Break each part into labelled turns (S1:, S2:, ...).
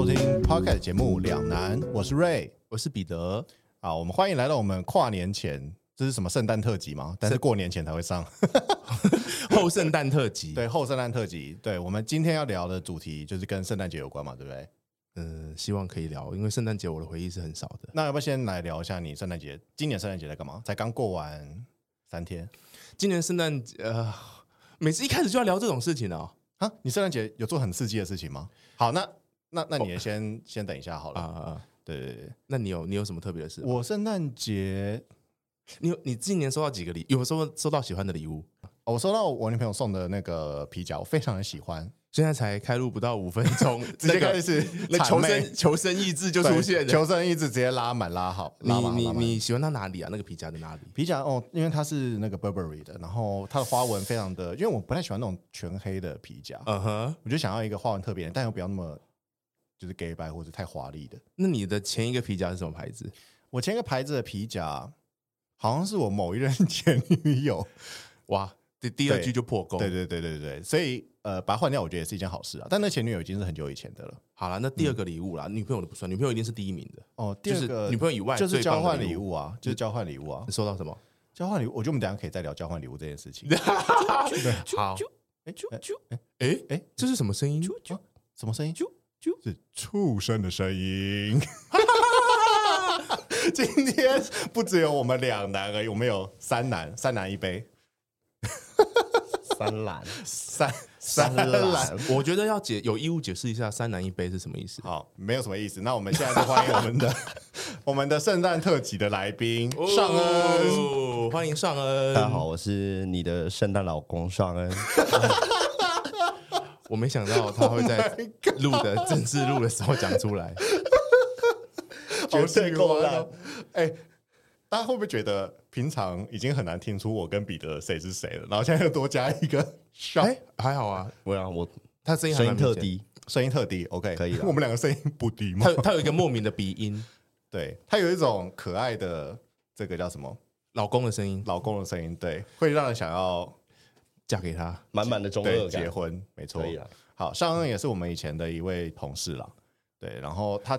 S1: Podcast 节目《两难》，我是 Ray。
S2: 我是彼得，
S1: 啊，我们欢迎来到我们跨年前，这是什么圣诞特辑吗？但是过年前才会 上，
S2: 后圣诞特 辑。，
S1: 对，后圣诞特辑。对，我们今天要聊的主题就是跟圣诞节有关嘛，对不对？
S2: 嗯、希望可以聊，因为圣诞节我的回忆是很少的。
S1: 那要不要先来聊一下你圣诞节？今年圣诞节在干嘛？才刚过完三天
S2: 今年圣诞节呃，每次一开始就要聊这种事情哦。
S1: 啊！你圣诞节有做很刺激的事情吗？好，那那那你也先、先等一下好
S2: 啊、
S1: 了。
S2: 啊啊
S1: 对对对，
S2: 那你有你有什么特别的事吗？
S1: 我圣诞节
S2: 你有你今年收到几个礼？有收到收到喜欢的礼物？
S1: 哦我收到我女朋友送的那个皮夹，我非常的喜欢，
S2: 现在才开录不到五分钟，
S1: 直接
S2: 那个
S1: 开始
S2: 那
S1: 谄
S2: 求
S1: 媚
S2: 生求生意志就
S1: 对
S2: 出现了。
S1: 求生意志直接拉满拉好，
S2: 你
S1: 拉满
S2: 你
S1: 拉满
S2: 你喜欢他哪里啊？那个皮夹的哪里？
S1: 皮夹哦，因为它是那个 Burberry 的，然后它的花纹非常的，因为我不太喜欢那种全黑的皮夹，
S2: 嗯哼，
S1: 我就想要一个花纹特别的，但又不要那么就是 gay 白或者太华丽的。
S2: 那你的前一个皮夹是什么牌子？
S1: 我前一个牌子的皮夹好像是我某一任前女友，
S2: 哇，第第二
S1: 对
S2: 句就破功。
S1: 对对对对对，所以呃把它换掉，我觉得也是一件好事啊。但那前女友已经是很久以前的了。
S2: 好了，那第二个礼物啦，女朋友的不算，女朋友一定是第一名的。
S1: 哦，第
S2: 就
S1: 二
S2: 是
S1: 个
S2: 女朋友以外
S1: 就是
S2: 最
S1: 交
S2: 棒的
S1: 换
S2: 礼
S1: 礼物啊，就是交换礼物啊
S2: 你，收到什么？
S1: 交换礼物。我觉得我们等一下可以再聊交换礼物这件事情。
S2: 好，
S1: 哎哎
S2: 哎
S1: 哎
S2: 哎，这是什么声音？哦
S1: 啊什么声音？
S2: 啾啾
S1: 是畜生的声音。 今天不只有我们两男而已，我们有三男，三男一杯，
S3: 三蓝，
S1: 三
S3: 三
S1: 男。
S3: 蓝，
S2: 我觉得要解有义务解释一下“三男一杯”是什么意思。
S1: 好，没有什么意思。那我们现在就欢迎我 们的我们的圣诞特辑的来宾
S2: 哦
S1: 尚恩。
S2: 恩，欢迎尚恩。
S3: 大家好，，我是你的圣诞老公尚恩。
S2: 我没想到他会在录的正式录的时候讲出来。
S1: 绝对够
S2: 好喜欢
S1: 了
S2: 哦。
S1: 哎、大家会不会觉得平常已经很难听出我跟彼得谁是谁了？然后现在又多加一个尚
S2: 哎，还好啊，
S3: 我想我
S2: 他声音还
S3: 声
S2: 蛮
S3: 音特
S2: 明显，
S3: 低，
S1: 声音特低，OK，
S3: 可以啦
S1: 我们两个声音不低吗
S2: 他？有他有一个莫名的鼻音，
S1: 对，他有一种可爱的这个叫什么
S2: 老公的声音，
S1: 老公的声音，对，会让人想要
S2: 嫁给他。
S3: 满满的中
S1: 对
S3: 二
S1: 结
S3: 感，
S1: 婚，没错
S3: 可。以啊了。
S1: 好，尚恩也是我们以前的一位同事啦，对，然后他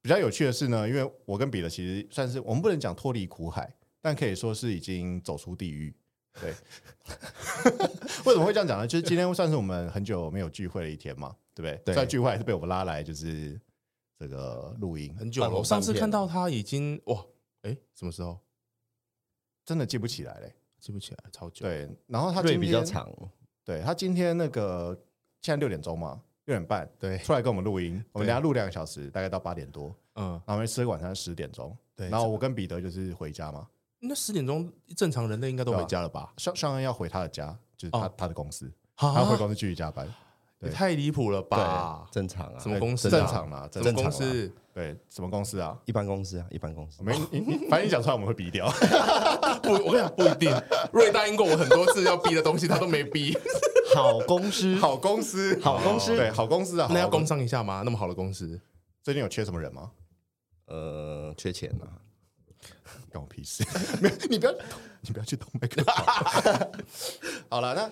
S1: 比较有趣的是呢，因为我跟彼得其实算是我们不能讲脱离苦海，但可以说是已经走出地狱。对， 为什么会这样讲呢？就是今天算是我们很久没有聚会的一天嘛，对不对？
S2: 对
S1: 虽然聚会还是被我们拉来，就是这个录音，
S2: 很久了，
S3: 半红
S2: 我上次
S3: 半片
S2: 看到他已经哇，哎，什么时候？
S1: 真的记不起来嘞。
S2: 记不起来，超久。
S1: 对，然后他
S3: 对
S1: 今
S3: 比较
S1: 天
S3: 长，
S1: 对他今天那个现在六点钟嘛，六点半
S2: 对，
S1: 出来跟我们录音，我们等
S2: 对
S1: 一下录两个小时，大概到八点多，
S2: 嗯，
S1: 然后我们吃个晚餐十点钟，
S2: 对。
S1: 然后我跟彼得就是回家嘛，
S2: 那十点钟正常人类应该都
S1: 对啊
S2: 回家了吧？
S1: 尚尚恩要回他的家，就是他、
S2: 哦
S1: 他的公司，他
S2: 啊
S1: 回公司继续加班，对
S2: 也太离谱了吧？
S3: 正常啊。
S2: 什么公司啊
S1: 正常啦，
S2: 什
S1: 正常
S2: 么公
S1: 啦
S2: 司？
S1: 对什么公司啊？
S3: 一般公司啊，一般公 司。
S1: 没，你你反正你讲出来我们会逼掉。
S2: 不，我跟你讲不一定。瑞答应过我很多次要逼的东西，他都没逼。
S3: 好公 司，
S1: 好公司，
S3: 好公司
S1: 对，好公司啊。
S2: 那要
S1: 好
S2: 工商一下吗？那么好的公司，
S1: 最近有缺什么人吗？
S3: 呃，缺钱啊。
S1: 关我屁事！ 没有，你不要，你不要去动麦克风。好了，那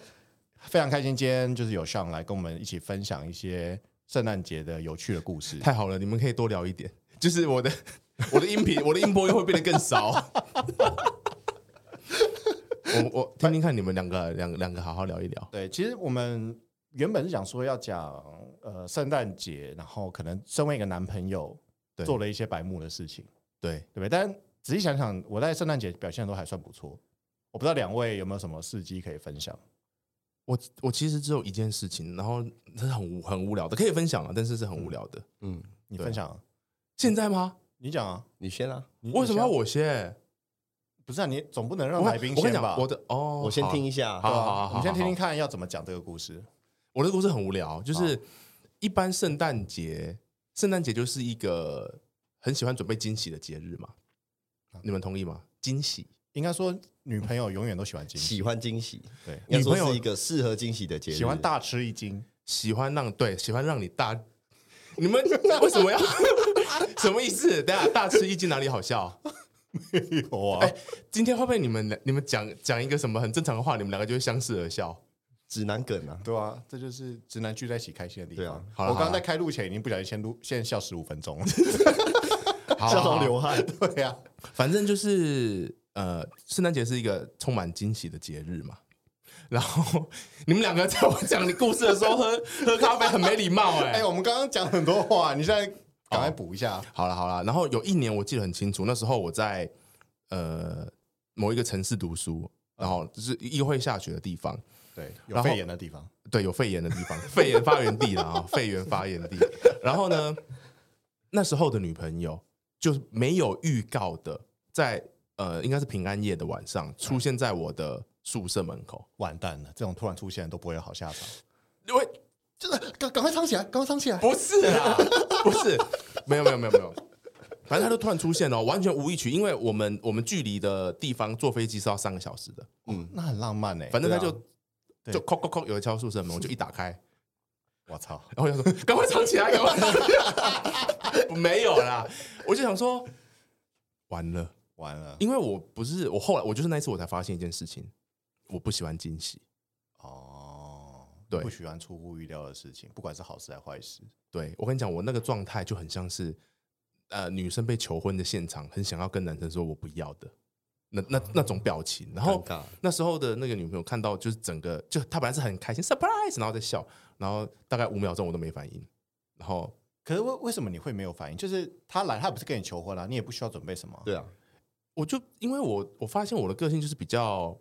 S1: 非常开心，今天就是有上来跟我们一起分享一些圣诞节的有趣的故事。
S2: 太好了，你们可以多聊一点。就是我的我的音频，我的音波又会变得更少。 我我听听看你们两个两个两个好好聊一聊。
S1: 对，其实我们原本是想说要讲呃圣诞节，然后可能身为一个男朋友
S2: 对
S1: 做了一些白目的事情，
S2: 对，
S1: 对不对？但仔细想想，我在圣诞节表现都还算不错。我不知道两位有没有什么事迹可以分享？
S2: 我我其实只有一件事情，然后它是很无很无聊的，可以分享啊，但是是很无聊的。
S3: 嗯，
S1: 你
S2: 对啊
S1: 分享啊，
S2: 现在吗？
S1: 你讲啊。
S3: 你先啊，
S1: 你
S2: 为什么要？
S1: 你先啊
S2: 我先？
S1: 不是啊，你总不能让
S2: 我
S1: 来宾
S2: 我跟
S1: 先
S2: 你
S1: 吧？
S2: 讲，我的哦，
S3: 我先
S2: 好
S3: 听一下
S1: 对
S2: 好
S3: 啊。
S1: 啊我们先
S2: 好
S1: 听听看要怎么讲这个故事。
S2: 我的故事很无聊，就是一般圣诞节，圣诞节就是一个很喜欢准备惊喜的节日嘛，你们同意吗？惊喜，
S1: 应该说，女朋友永远都喜欢惊喜，
S3: 喜欢惊喜，
S1: 对，
S3: 应该
S2: 女
S3: 说
S2: 朋友
S3: 是一个适合惊喜的节日。
S1: 喜欢大吃一惊。
S2: 喜欢让对，喜欢让你大，你们为什么要 什么意思？等一下大吃一惊哪里好笑？
S1: 有啊，
S2: 哎今天会不会你们你们讲讲一个什么很正常的话，你们两个就会相视而笑？
S3: 指南梗啊，
S1: 对啊，这就是直男聚在一起开心的地
S3: 对
S1: 方。
S3: 啊
S2: 好啦
S1: 我刚
S2: 好
S1: 刚
S2: 啦
S1: 在开录前已经不小心先录，先笑十五分钟了。
S2: 好
S3: 笑
S2: 好
S3: 到
S2: 好
S3: 流汗。
S1: 对啊呀、
S2: 反正就是呃，圣诞节是一个充满惊喜的节日嘛。然后你们两个在我讲你故事的时候喝 喝咖啡很没礼貌哎、
S1: 哎、我们刚刚讲很多话，你现在赶快补一下。
S2: 好了好了，然后有一年我记得很清楚，那时候我在呃某一个城市读书，然后就是一个会下雪的地方，
S1: 对，有
S2: 然后
S1: 肺炎的地方，
S2: 对，有肺炎的地方， 肺炎发源地啦，啊，肺炎发源地。然后呢，那时候的女朋友就没有预告的，在呃，应该是平安夜的晚上，出现在我的宿舍门口，
S1: 完蛋了！这种突然出现都不会有好下场。
S2: 因为
S1: 就是赶赶快藏起来，赶快藏起来。
S2: 不是啊啦， 不是，没有没有没有没有，反正他就突然出现了，完全无意取，因为我们我们距离的地方坐飞机是要三个小时的，
S1: 嗯，那很浪漫哎、
S2: 反正他就、
S1: 对
S2: 就扣扣扣有人敲宿舍门，我就一打开，
S1: 我操，
S2: 然后我就说：“赶快藏起来，赶快！” 没有啦，我就想说，完了，
S1: 完了
S2: 因为我不是我后来我就是那一次我才发现一件事情，我不喜欢惊喜。
S1: 哦。
S2: 对
S1: 不喜欢出乎预料的事情，不管是好事还是坏事。
S2: 对我跟你讲，我那个状态就很像是呃女生被求婚的现场，很想要跟男生说我不要的那那那种表情。然后
S3: 尴尬
S2: 那时候的那个女朋友看到就是整个就她本来是很开心 surprise，然后在笑，然后大概五秒钟我都没反应，然后
S1: 可是为为什么你会没有反应？就是他来，他不是跟你求婚啦、啊你也不需要准备什么。
S3: 对啊，
S2: 我就因为我我发现我的个性就是比较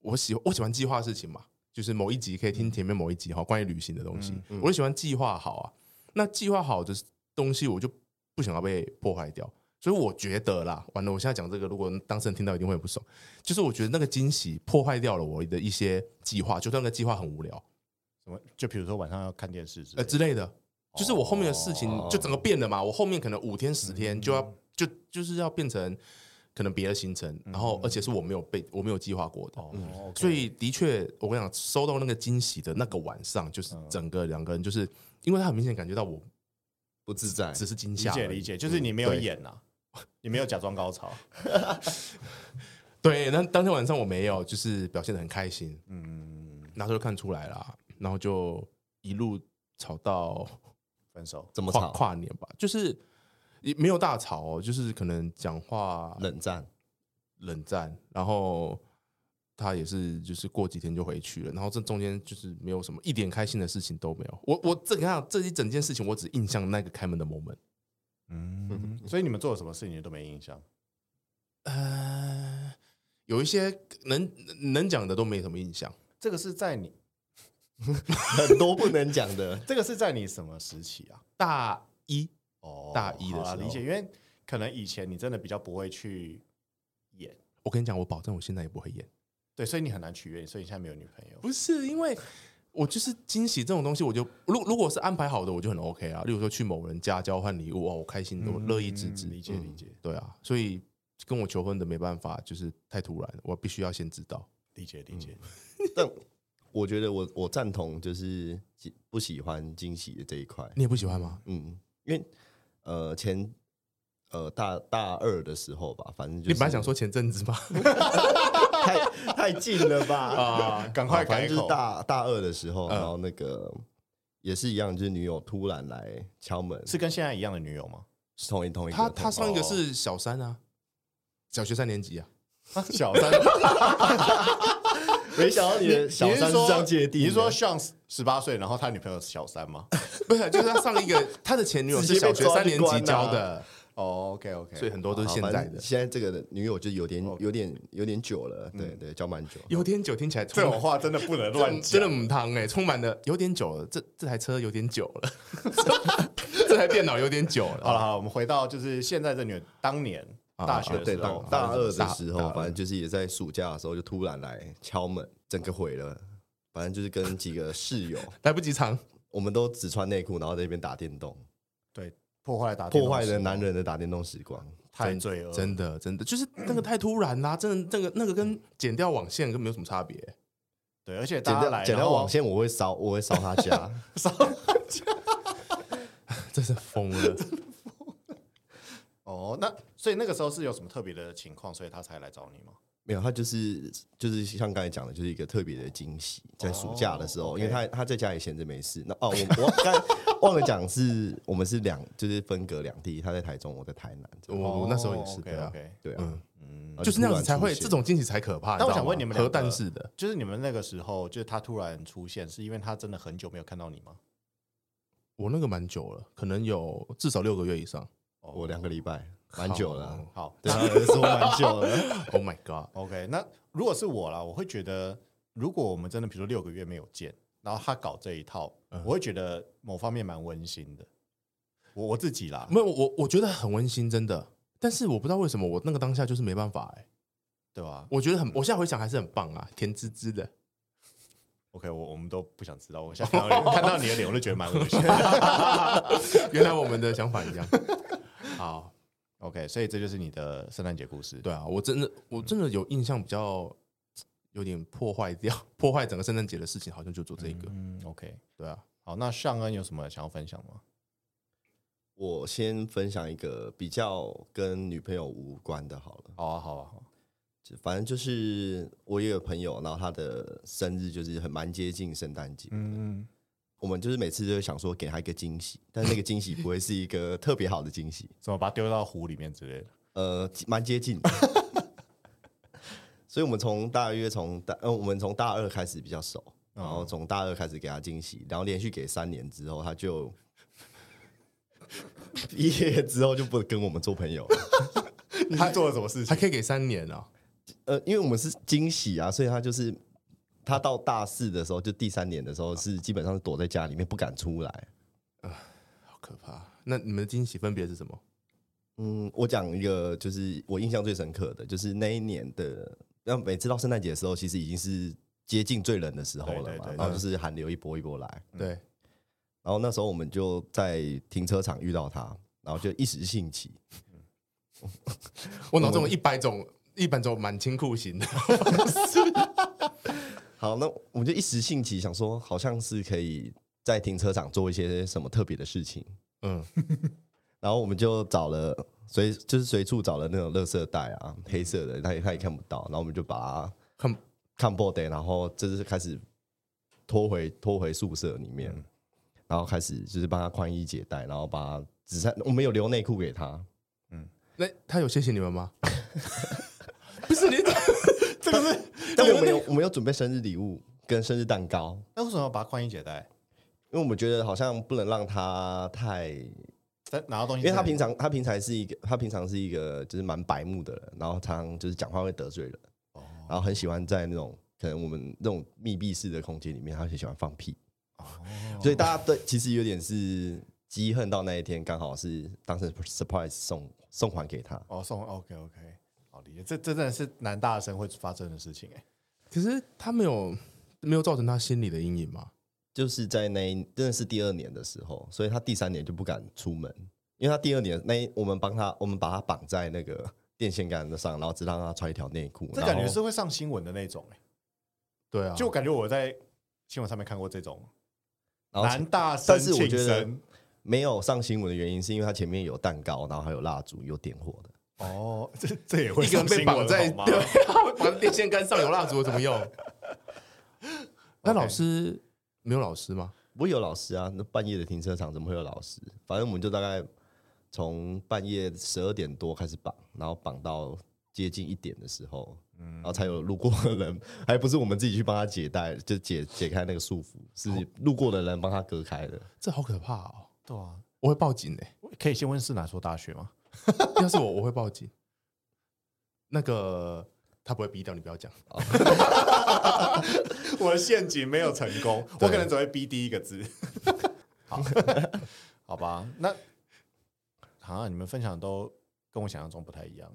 S2: 我喜我喜欢计划事情嘛，就是某一集可以听前面某一集哈，关于旅行的东西，
S1: 嗯
S2: 我就喜欢计划好啊。那计划好的东西，我就不想要被破坏掉。所以我觉得啦，完了，我现在讲这个，如果当事人听到一定会很不爽。就是我觉得那个惊喜破坏掉了我的一些计划，就算那个计划很无聊，
S1: 什么？就比如说晚上要看电视之类
S2: 呃
S1: 的
S2: 之类的，就是我后面的事情
S3: 哦
S2: 就整个变了嘛。我后面可能五天十天
S1: 嗯
S2: 就要、就就是要变成可能别的行程，然后而且是我没有被我没有计划过的。
S1: 哦，
S2: 嗯所以的确，我跟你讲，收到那个惊喜的那个晚上，就是
S1: 嗯
S2: 整个两个人，就是因为他很明显感觉到我
S3: 不自在，
S2: 只是惊
S1: 理
S2: 吓而已，
S1: 解理解，就是你没有
S2: 对
S1: 演呐、你没有假装高潮。
S2: 对，那当天晚上我没有，就是表现的很开心，
S1: 嗯，
S2: 然后就看出来啦，然后就一路吵到
S1: 分手。
S3: 怎么
S2: 跨
S3: 吵？
S2: 跨年吧，就是也没有大吵哦，就是可能讲话
S3: 冷战，
S2: 冷战，然后他也是就是过几天就回去了，然后这中间就是没有什么一点开心的事情都没有。我我这你看这一整件事情，我只印象那个开门的 moment。
S1: 嗯，所以你们做了什么事情都没印象。
S2: 呃，有一些能能讲的都没什么印象。
S1: 这个是在你，。
S3: 很多不能讲的
S1: 这个是在你什么时期啊？
S2: 大一
S1: 哦
S2: 大一的
S1: 好啦
S2: 时候
S1: 理解，因为可能以前你真的比较不会去演，
S2: 我跟你讲，我保证我现在也不会演。
S1: 对，所以你很难取悦，所以你现在没有女朋友。
S2: 不是因为我就是惊喜这种东西，我就如如果是安排好的，我就很 OK 啊。例如说去某人家交换礼物，哇，我开心，我乐意支持。
S1: 嗯理解理解
S2: 对啊，所以跟我求婚的没办法，就是太突然，我必须要先知道。
S1: 理解理
S2: 嗯
S1: 解。
S3: 但我觉得我我赞同，就是喜不喜欢惊喜的这一块。
S2: 你也不喜欢吗？
S3: 嗯，因为呃前呃大大二的时候吧，反正就是
S2: 你本来想说前阵子吗？
S3: 太太近了吧
S2: 啊
S1: 赶快
S3: 啊反
S1: 改
S3: 正就
S1: 口
S3: 是。大大二的时候，
S2: 嗯
S3: 然后那个也是一样，就是女友突然来敲门，
S1: 是跟现在一样的女友吗？
S3: 是同一同一个
S2: 他
S3: 同
S2: 他
S1: 哦
S2: 上一个是小三啊，小学三年级啊。
S1: 小三，
S3: 没想到你的小三是这样界定
S1: 你
S3: 的，
S1: 是说像十八岁，然后他女朋友是小三 吗？
S2: 不是，就是他上一个他的前女友是小学三年级教的，
S1: 哦，OK OK，
S2: 所以很多都是
S3: 好
S2: 现在
S3: 反
S2: 的
S3: 正。现在这个女友就有点有点有点久了，对对，交蛮久，
S2: 有点久，听起来充
S1: 这
S2: 满
S1: 种话真的不能乱讲，
S2: 真的母汤哎，充满了有点久了，这这台车有点久了， 这台电脑有点久了。
S1: 好了，好了，我们回到就是现在这女人当年
S2: 啊
S1: 大学
S2: 啊
S1: 的
S3: 对，
S1: 时
S3: 大
S1: 候，
S3: 大二的时
S2: 大
S3: 候
S2: 大，二
S3: 反正就是也在暑假的时候就突然来敲门，整个毁了。反正就是跟几个室友，
S2: 来不及藏，
S3: 我们都只穿内裤，然后在那边打电动，
S1: 对破坏了打电
S3: 破
S1: 动
S3: 坏
S1: 时
S3: 了
S1: 光
S3: 男人的打电动时光。
S1: 太罪恶，
S2: 真的真的就是那个太突然啦，真的那个那个跟剪掉网线跟没有什么差别。
S1: 对，而且大
S3: 剪
S1: 家
S3: 掉
S1: 来
S3: 剪
S1: 然
S2: 哦
S3: 掉
S1: 后
S3: 网线，我会烧，我会烧他家。
S2: 真是 疯了，
S1: 哦，那所以那个时候是有什么特别的情况，所以他才来找你吗？
S3: 没有，他就是就是像刚才讲的，就是一个特别的惊喜，在暑假的时
S2: 哦
S3: 候，因为他他在家里闲着没事。那哦，我我刚才忘了讲是，我们是两就是分隔两地，他在台哦中，我在台南。这样
S2: 我我那时候也是对
S1: 哦 OK
S2: 啊，
S1: OK，
S3: 对啊，
S2: 嗯
S1: 嗯，
S3: 然后
S2: 就是那样子
S3: 突
S2: 才
S3: 然
S2: 会
S3: 出
S2: 这
S3: 现
S2: 种惊喜才可怕。
S1: 但我
S2: 知道
S1: 想
S2: 吗
S1: 问你们两
S2: 核
S1: 个
S2: 弹式的，
S1: 就是你们那个时候，就是他突然出现，是因为他真的很久没有看到你吗？
S2: 我那个蛮久了，可能有至少六个月 以上。
S1: 哦
S3: 我两个礼拜蛮久了啊，
S1: 好，
S3: 对他来说蛮久了。
S2: Oh my god！
S1: OK，那如果是我啦，我会觉得，如果我们真的比如说六个月没有见，然后他搞这一套，
S2: 嗯
S1: 我会觉得某方面蛮温馨的。我我自己啦，
S2: 没有我，我觉得很温馨，真的。但是我不知道为什么，我那个当下就是没办法哎、
S1: 对吧
S2: 我觉得很，我现在回想还是很棒啊，甜滋滋的。
S1: ？OK，我我们都不想知道。我现在看到你看到你的脸，我就觉得蛮恶心的。
S2: 原来我们的想法一样。好，
S1: OK，所以这就是你的圣诞节故事。
S2: 对啊，我真的，
S1: 嗯
S2: 我真的有印象比较有点破坏掉、 破坏整个圣诞节的事情，好像就做这个。
S1: 嗯，OK，
S2: 对啊，
S1: 好，那尚恩有什么想要分享吗？
S3: 我先分享一个比较跟女朋友无关的，好了。
S1: 好啊，好啊，好啊
S3: 就反正就是我也有朋友，然后他的生日就是很蛮接近圣诞节，
S1: 嗯嗯，
S3: 我们就是每次就会想说给他一个惊喜，但是那个惊喜不会是一个特别好的惊喜，
S1: 怎么把它丢到湖里面之类的？
S3: 呃，蛮接近的。 所以我们从大约从大，呃，我们从大二开始比较熟，然
S1: 哦
S3: 后从大二开始给他惊喜，然后连续给三年之后，他就 毕业之后就不跟我们做朋友了。
S1: 你是做了什么事
S2: 还？可以给三年啊。
S3: 呃，因为我们是惊喜啊，所以他就是他到大四的时候，就第三年的时候是基本上是躲在家里面不敢出来。
S2: 好可怕！那你们的惊喜分别是什么？
S3: 嗯，我讲一个就是我印象最深刻的，就是那一年的，那每次到圣诞节的时候，其实已经是接近最冷的时候了嘛，
S1: 对对对
S3: 然后就是寒流一波一波来，
S1: 嗯
S2: 对，
S3: 然后那时候我们就在停车场遇到他，然后就一时兴起，
S2: 我脑中有一百种、一百种满清 酷刑的。
S3: 好，那我们就一时兴起，想说好像是可以在停车场做一些什么特别的事情，
S2: 嗯，
S3: 然后我们就找了随就是随处找了那种垃圾袋啊，黑色的，他也他也看不到，然后我们就把它
S2: 看
S3: 看破的，然后就是开始拖回拖回宿舍里面，然后开始就是帮他宽衣解带，然后把他只剩我们有留内裤给他，
S2: 那他有谢谢你 们吗？不是你，这个是
S3: 但我们有我们有准备生日礼物跟生日蛋糕，
S1: 那哎为什么要把它宽衣解带？
S3: 因为我们觉得好像不能让他太，因
S1: 在拿到东西之
S3: 为
S1: 前，
S3: 他平常他平常是一个他平常是一个就是蛮白目的人，然后常常就是讲话会得罪人，
S1: 哦
S3: 然后很喜欢在那种可能我们那种密闭式的空间里面，他很喜欢放屁，
S1: 哦
S3: 所以大家对其实有点是积恨到那一天，刚好是当成 surprise 送送还给他。
S1: 哦，送 OK OK，好理解，这这真的是男大生会发生的事情哎、
S2: 可是他没有没有造成他心理的阴影吗？
S3: 就是在那一真的是第二年的时候，所以他第三年就不敢出门，因为他第二年那一我们帮他，我们把他绑在那个电线杆上，然后只让他穿一条内裤，
S1: 这
S3: 然
S1: 感觉
S3: 后
S1: 是会上新闻的那种哎、
S2: 对啊，
S1: 就感觉我在新闻上面看过这种
S3: 然后
S1: 男大生
S3: 但是我
S1: 庆
S3: 觉得
S1: 生
S3: 没有上新闻的原因是因为他前面有蛋糕，然后还有蜡烛，有点火的。
S1: 哦，这这也会
S2: 一个
S1: 上
S2: 人被
S1: 新
S2: 绑
S1: 闻
S2: 在
S1: 好吗？
S2: 对啊， 绑在电线杆上有蜡烛有什么用？ 那
S1: OK
S2: 老师没有老师吗？
S3: 不会有老师啊，那半夜的停车场怎么会有老师？反正我们就大概从半夜十二点多开始绑，然后绑到接近一点的时候，然后才有路过的人，还不是我们自己去帮他解带，就解解开那个束缚，是路过的人帮他隔开的。
S2: 这好可怕哦！
S1: 对啊，
S2: 我会报警哎、
S1: 可以先问是哪所大学吗？
S2: 要是我我会报警。那个他不会逼掉你，不要讲。
S1: 我的陷阱没有成 功，我可能只会逼第一个字。 好， 好吧，那啊，你们分享都跟我想象中不太一样。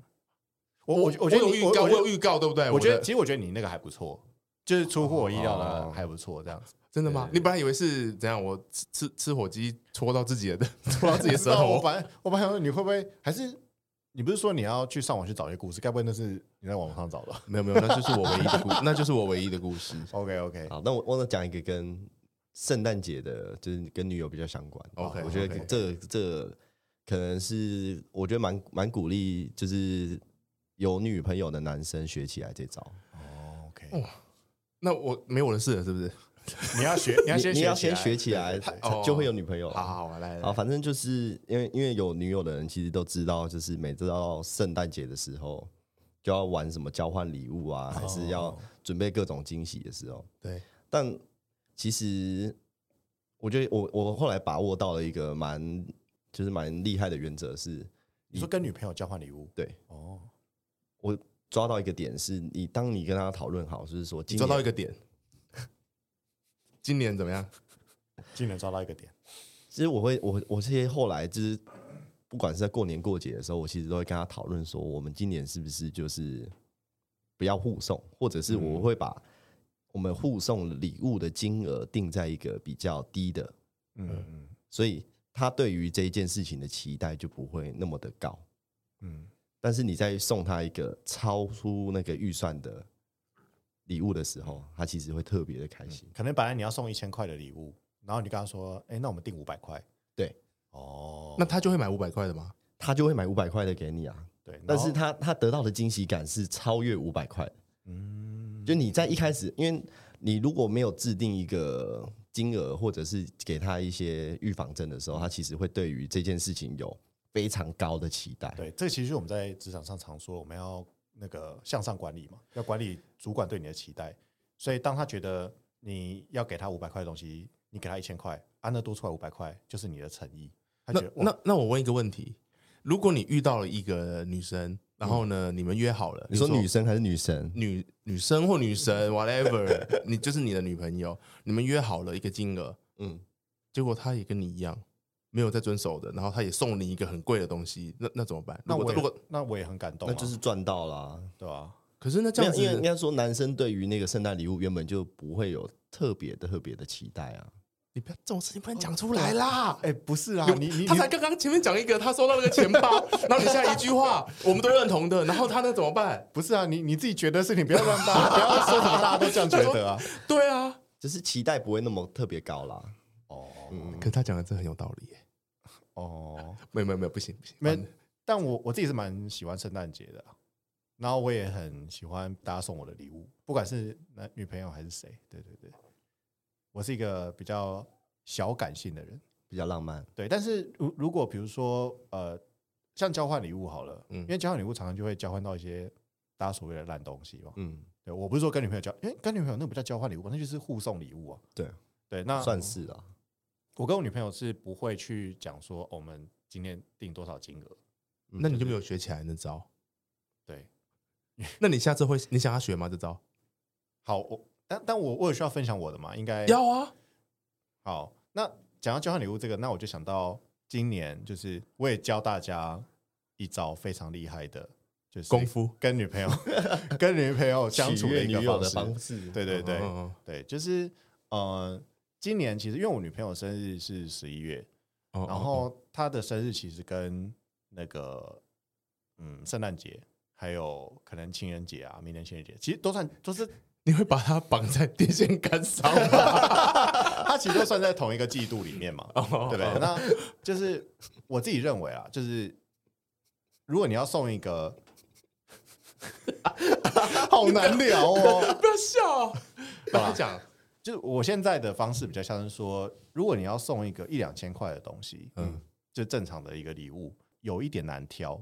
S1: 我我我觉得
S2: 有
S1: 你
S2: 预告，
S1: 觉
S2: 我
S1: 得
S2: 有预告，对不对？
S1: 我觉得
S2: 的
S1: 其实我觉得你那个还不错，就是出乎我意料的还不错，这样子。
S2: 真的吗？你本来以为是怎样？我吃吃吃火鸡戳到自己的， 戳到自己的
S1: 不知
S2: 舌
S1: 道我
S2: 头。
S1: 反正我本来想说你会不会还是你不是说你要去上网去找一些故事，该不会那是你在网上找的
S2: 没有没有，那就是我唯一的故， 那就是我唯一的故事。
S1: ？OK OK，
S3: 好，那我忘了讲一个跟圣诞节的，就是跟女友比较相关。
S2: OK，
S3: 我觉得
S2: OK
S3: 这这可能是我觉得蛮蛮鼓励，就是有女朋友的男生学起来这招。
S1: 哦，OK，
S2: 那我没我的事了，是不是？
S1: 你要学，你要
S3: 你
S1: 先
S3: 你要
S1: 起
S3: 先
S1: 来
S3: 学起来，
S1: 对对
S2: 哦
S3: 就会有女朋友。
S2: 好好好，来
S3: 啊，
S2: 来，
S3: 反正就是因为因为有女友的人，其实都知道，就是每次到圣诞节的时候，就要玩什么交换礼物啊，还是
S1: 哦
S3: 要准备各种惊喜的时候。
S2: 对，
S3: 但其实我觉得我我后来把握到了一个蛮就是蛮厉害的原则是，
S1: 你说跟女朋友交换礼物，
S3: 对
S1: 哦，
S3: 我抓到一个点是，你当你跟他讨论好，就是说
S2: 你
S3: 今
S2: 抓到一
S3: 年
S2: 个点， 今年怎么样？
S1: 今年抓到一个点，
S3: 其实我会我我这些后来就是不管是在过年过节的时候，我其实都会跟他讨论说，我们今年是不是就是不要互送，或者
S2: 嗯
S3: 是我会把我们互送礼物的金额定在一个比较低的，
S1: 嗯嗯
S3: 所以他对于这一件事情的期待就不会那么的高。
S1: 嗯，
S3: 但是你在送他一个超出那个预算的礼物的时候，他其实会特别的开
S2: 嗯
S3: 心。
S1: 可能本来你要送一千块的礼物，然后你跟他说，哎，那我们定五百块，
S3: 对，
S1: 哦，
S2: 那他就会买五百块的吗？
S3: 他就会买五百块的给你啊，
S1: 对，
S3: 但是
S1: 然后
S3: 他他得到的惊喜感是超越五百块的。
S1: 嗯，
S3: 就你在一开始，因为你如果没有制定一个金额，或者是给他一些预防针的时候，他其实会对于这件事情有非常高的期
S2: 哎
S3: 待。
S1: 对，这其实我们在职场上常说，我们要那个向上管理嘛，要管理主管对你的期待。所以当他觉得你要给他五百块的东西，你给他一千块，啊，那多出来五百块就是你的诚意。他觉得
S2: 那
S1: 哇
S2: 那那我问一个问题：如果你遇到了一个女生，然后呢，你们约好了，
S3: 你说
S2: 比如
S3: 女生还是女神？
S2: 女女生或女神 whatever，你 就是你的女朋友，你们约好了一个金额，
S3: 嗯，
S2: 结果她也跟你一样没有在遵守的，然后她也送你一个很贵的东西，那那怎么办？
S1: 那
S2: 如
S1: 我
S2: 果
S1: 也
S2: 如果
S1: 那我也很感动、啊，
S3: 那就是赚到啦。
S1: 对啊，
S2: 可是那这
S3: 这
S2: 样
S3: 样因为应
S2: 子，
S3: 该说，男生对于那个圣诞礼物原本就不会有特别的特别的期待啊。
S2: 你不要这种事情不能讲出来啦。
S1: 哎、不是啊，
S2: 有
S1: 你你
S2: 他才刚刚前面讲一个，他收到那个钱包， 然后你下一句话我们都认同的，然后他那怎么办？
S1: 不是啊，你你自己觉得是你不要让大家不要说什么大家都这样觉得 啊。
S2: 对啊，
S3: 就是期待不会那么特别高啦。
S1: 哦
S3: 嗯
S2: 可，是他讲的真的很有道理耶。
S1: 哦，
S2: 没有没有没有，不行不行，
S1: 没
S2: 完了
S1: 但我我自己是蛮喜欢圣诞节的啊、然后我也很喜欢大家送我的礼物，不管是男女朋友还是谁。对对对，我是一个比较小感性的人。
S3: 比较浪漫。
S1: 对，但是如如果比如说呃，像交换礼物好了，
S2: 嗯
S1: 因为交换礼物常常就会交换到一些大家所谓的烂东西嘛。
S3: 嗯，
S1: 对我不是说跟女朋友交，因为跟女朋友那不叫交换礼物，那就是互送礼物啊。
S3: 对
S1: 对，那
S3: 算是啦。
S1: 我跟我女朋友是不会去讲说、哦我们今天定多少金额。
S3: 嗯
S2: 那你就没有学起来那招。
S1: 对，
S2: 那你下次会你想要学吗？这招
S1: 好，我但但我我有需要分享我的嘛？应该
S2: 要啊，
S1: 好。那讲到交换礼物这个，那我就想到今年就是我也教大家一招非常厉害的，就是
S2: 功夫
S1: 跟女朋友 跟女朋友相处
S3: 取悦
S1: 的一个
S3: 女友
S1: 方
S3: 的
S1: 式。
S3: 方式，
S1: 对对对、
S2: 嗯嗯
S1: 对，就是呃，今年其实因为我女朋友生日是十一月，
S2: 嗯哦
S1: 然后她的生日其实跟那个嗯圣诞节。还有可能情人节啊，明年情人节，其实都算都是
S2: 你会把它绑在电线杆上 吗？
S1: 它其实都算在同一个季度里面
S3: 哦
S1: 嘛，对不对？那就是我自己认为啊，就是如果你要送一 个，好难聊哦。
S2: 不要 笑，不要讲，
S1: 就是我现在的方式比较像是说，如果你要送一个一两千块的东西，
S2: 嗯
S1: 嗯，就正常的一个礼物，有一点难挑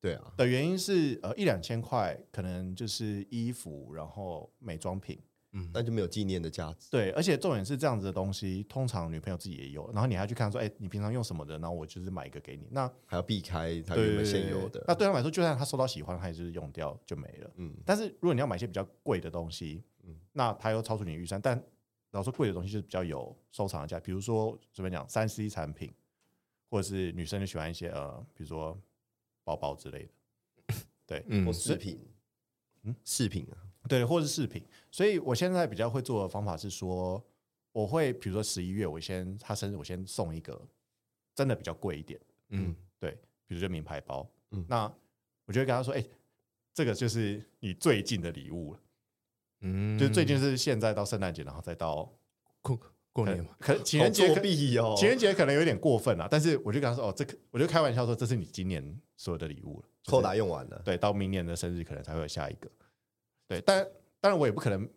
S3: 对啊，
S1: 的原因是，呃，一两千块可能就是衣服，然后美妆品，
S2: 嗯，
S3: 那就没有纪念的价值。
S1: 对，而且重点是这样子的东西，通常女朋友自己也有，然后你还去看说，哎、你平常用什么的？然后我就是买一个给你。那
S3: 还要避开它
S1: 对
S3: 原本现有
S1: 那
S3: 的。
S1: 对他来说，就算他收到喜欢，他也就是用掉就没了。
S3: 嗯，
S1: 但是如果你要买一些比较贵的东西，
S3: 嗯
S1: 那它又超出你的预算，但老实说贵的东西就是比较有收藏的价值，比如说随便讲三 C 产品，或者是女生就喜欢一些呃，比如说包包之类的，对，
S2: 嗯
S3: 或饰品，嗯，饰品啊，
S1: 对，或是饰品。所以我现在比较会做的方法是说，我会比如说十一月，我先他生日，我先送一个真的比较贵一点，
S2: 嗯，
S1: 对，比如说名牌包，
S3: 嗯
S1: 那我就会跟他说，哎、这个就是你最近的礼物了，
S2: 嗯
S1: 就是最近是现在到圣诞节，然后再到
S2: 过过
S1: 可
S2: 年嘛，
S1: 可情人节可
S3: 好作弊哦，
S1: 啊情人节可能有点过分了，但是我就跟他说，哦，这个我就开玩笑说，这是你今年所有的礼物了。就是
S3: 扣打用完了，
S1: 对，到明年的生日可能才会有下一个。对，但当然我也不可能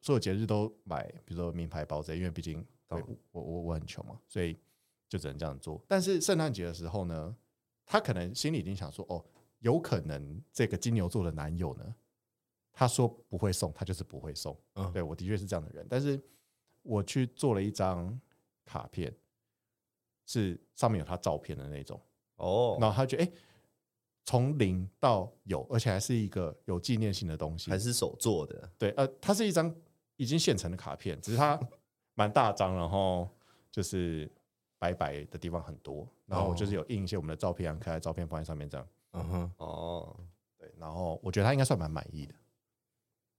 S1: 所有节日都买，比如说名牌包这些，因为毕竟我我我我很穷嘛，所以就只能这样做。但是圣诞节的时候呢，他可能心里已经想说，哦，有可能这个金牛座的男友呢，他说不会送，他就是不会送。
S2: 嗯
S1: 对我的确是这样的人，但是我去做了一张卡片，是上面有他照片的那种。
S3: 哦，
S1: 然后他觉得，哎、从零到有，而且还是一个有纪念性的东西
S3: 还。是手做的，
S1: 对，呃，它是一张已经现成的卡片，只是 它蛮大张，然后就是白白的地方很多。然后我就是有印一些我们的照片，可爱照片放在上面这样。
S2: 嗯哼，
S3: 哦，
S1: 对，然后我觉得他应该算蛮满意的。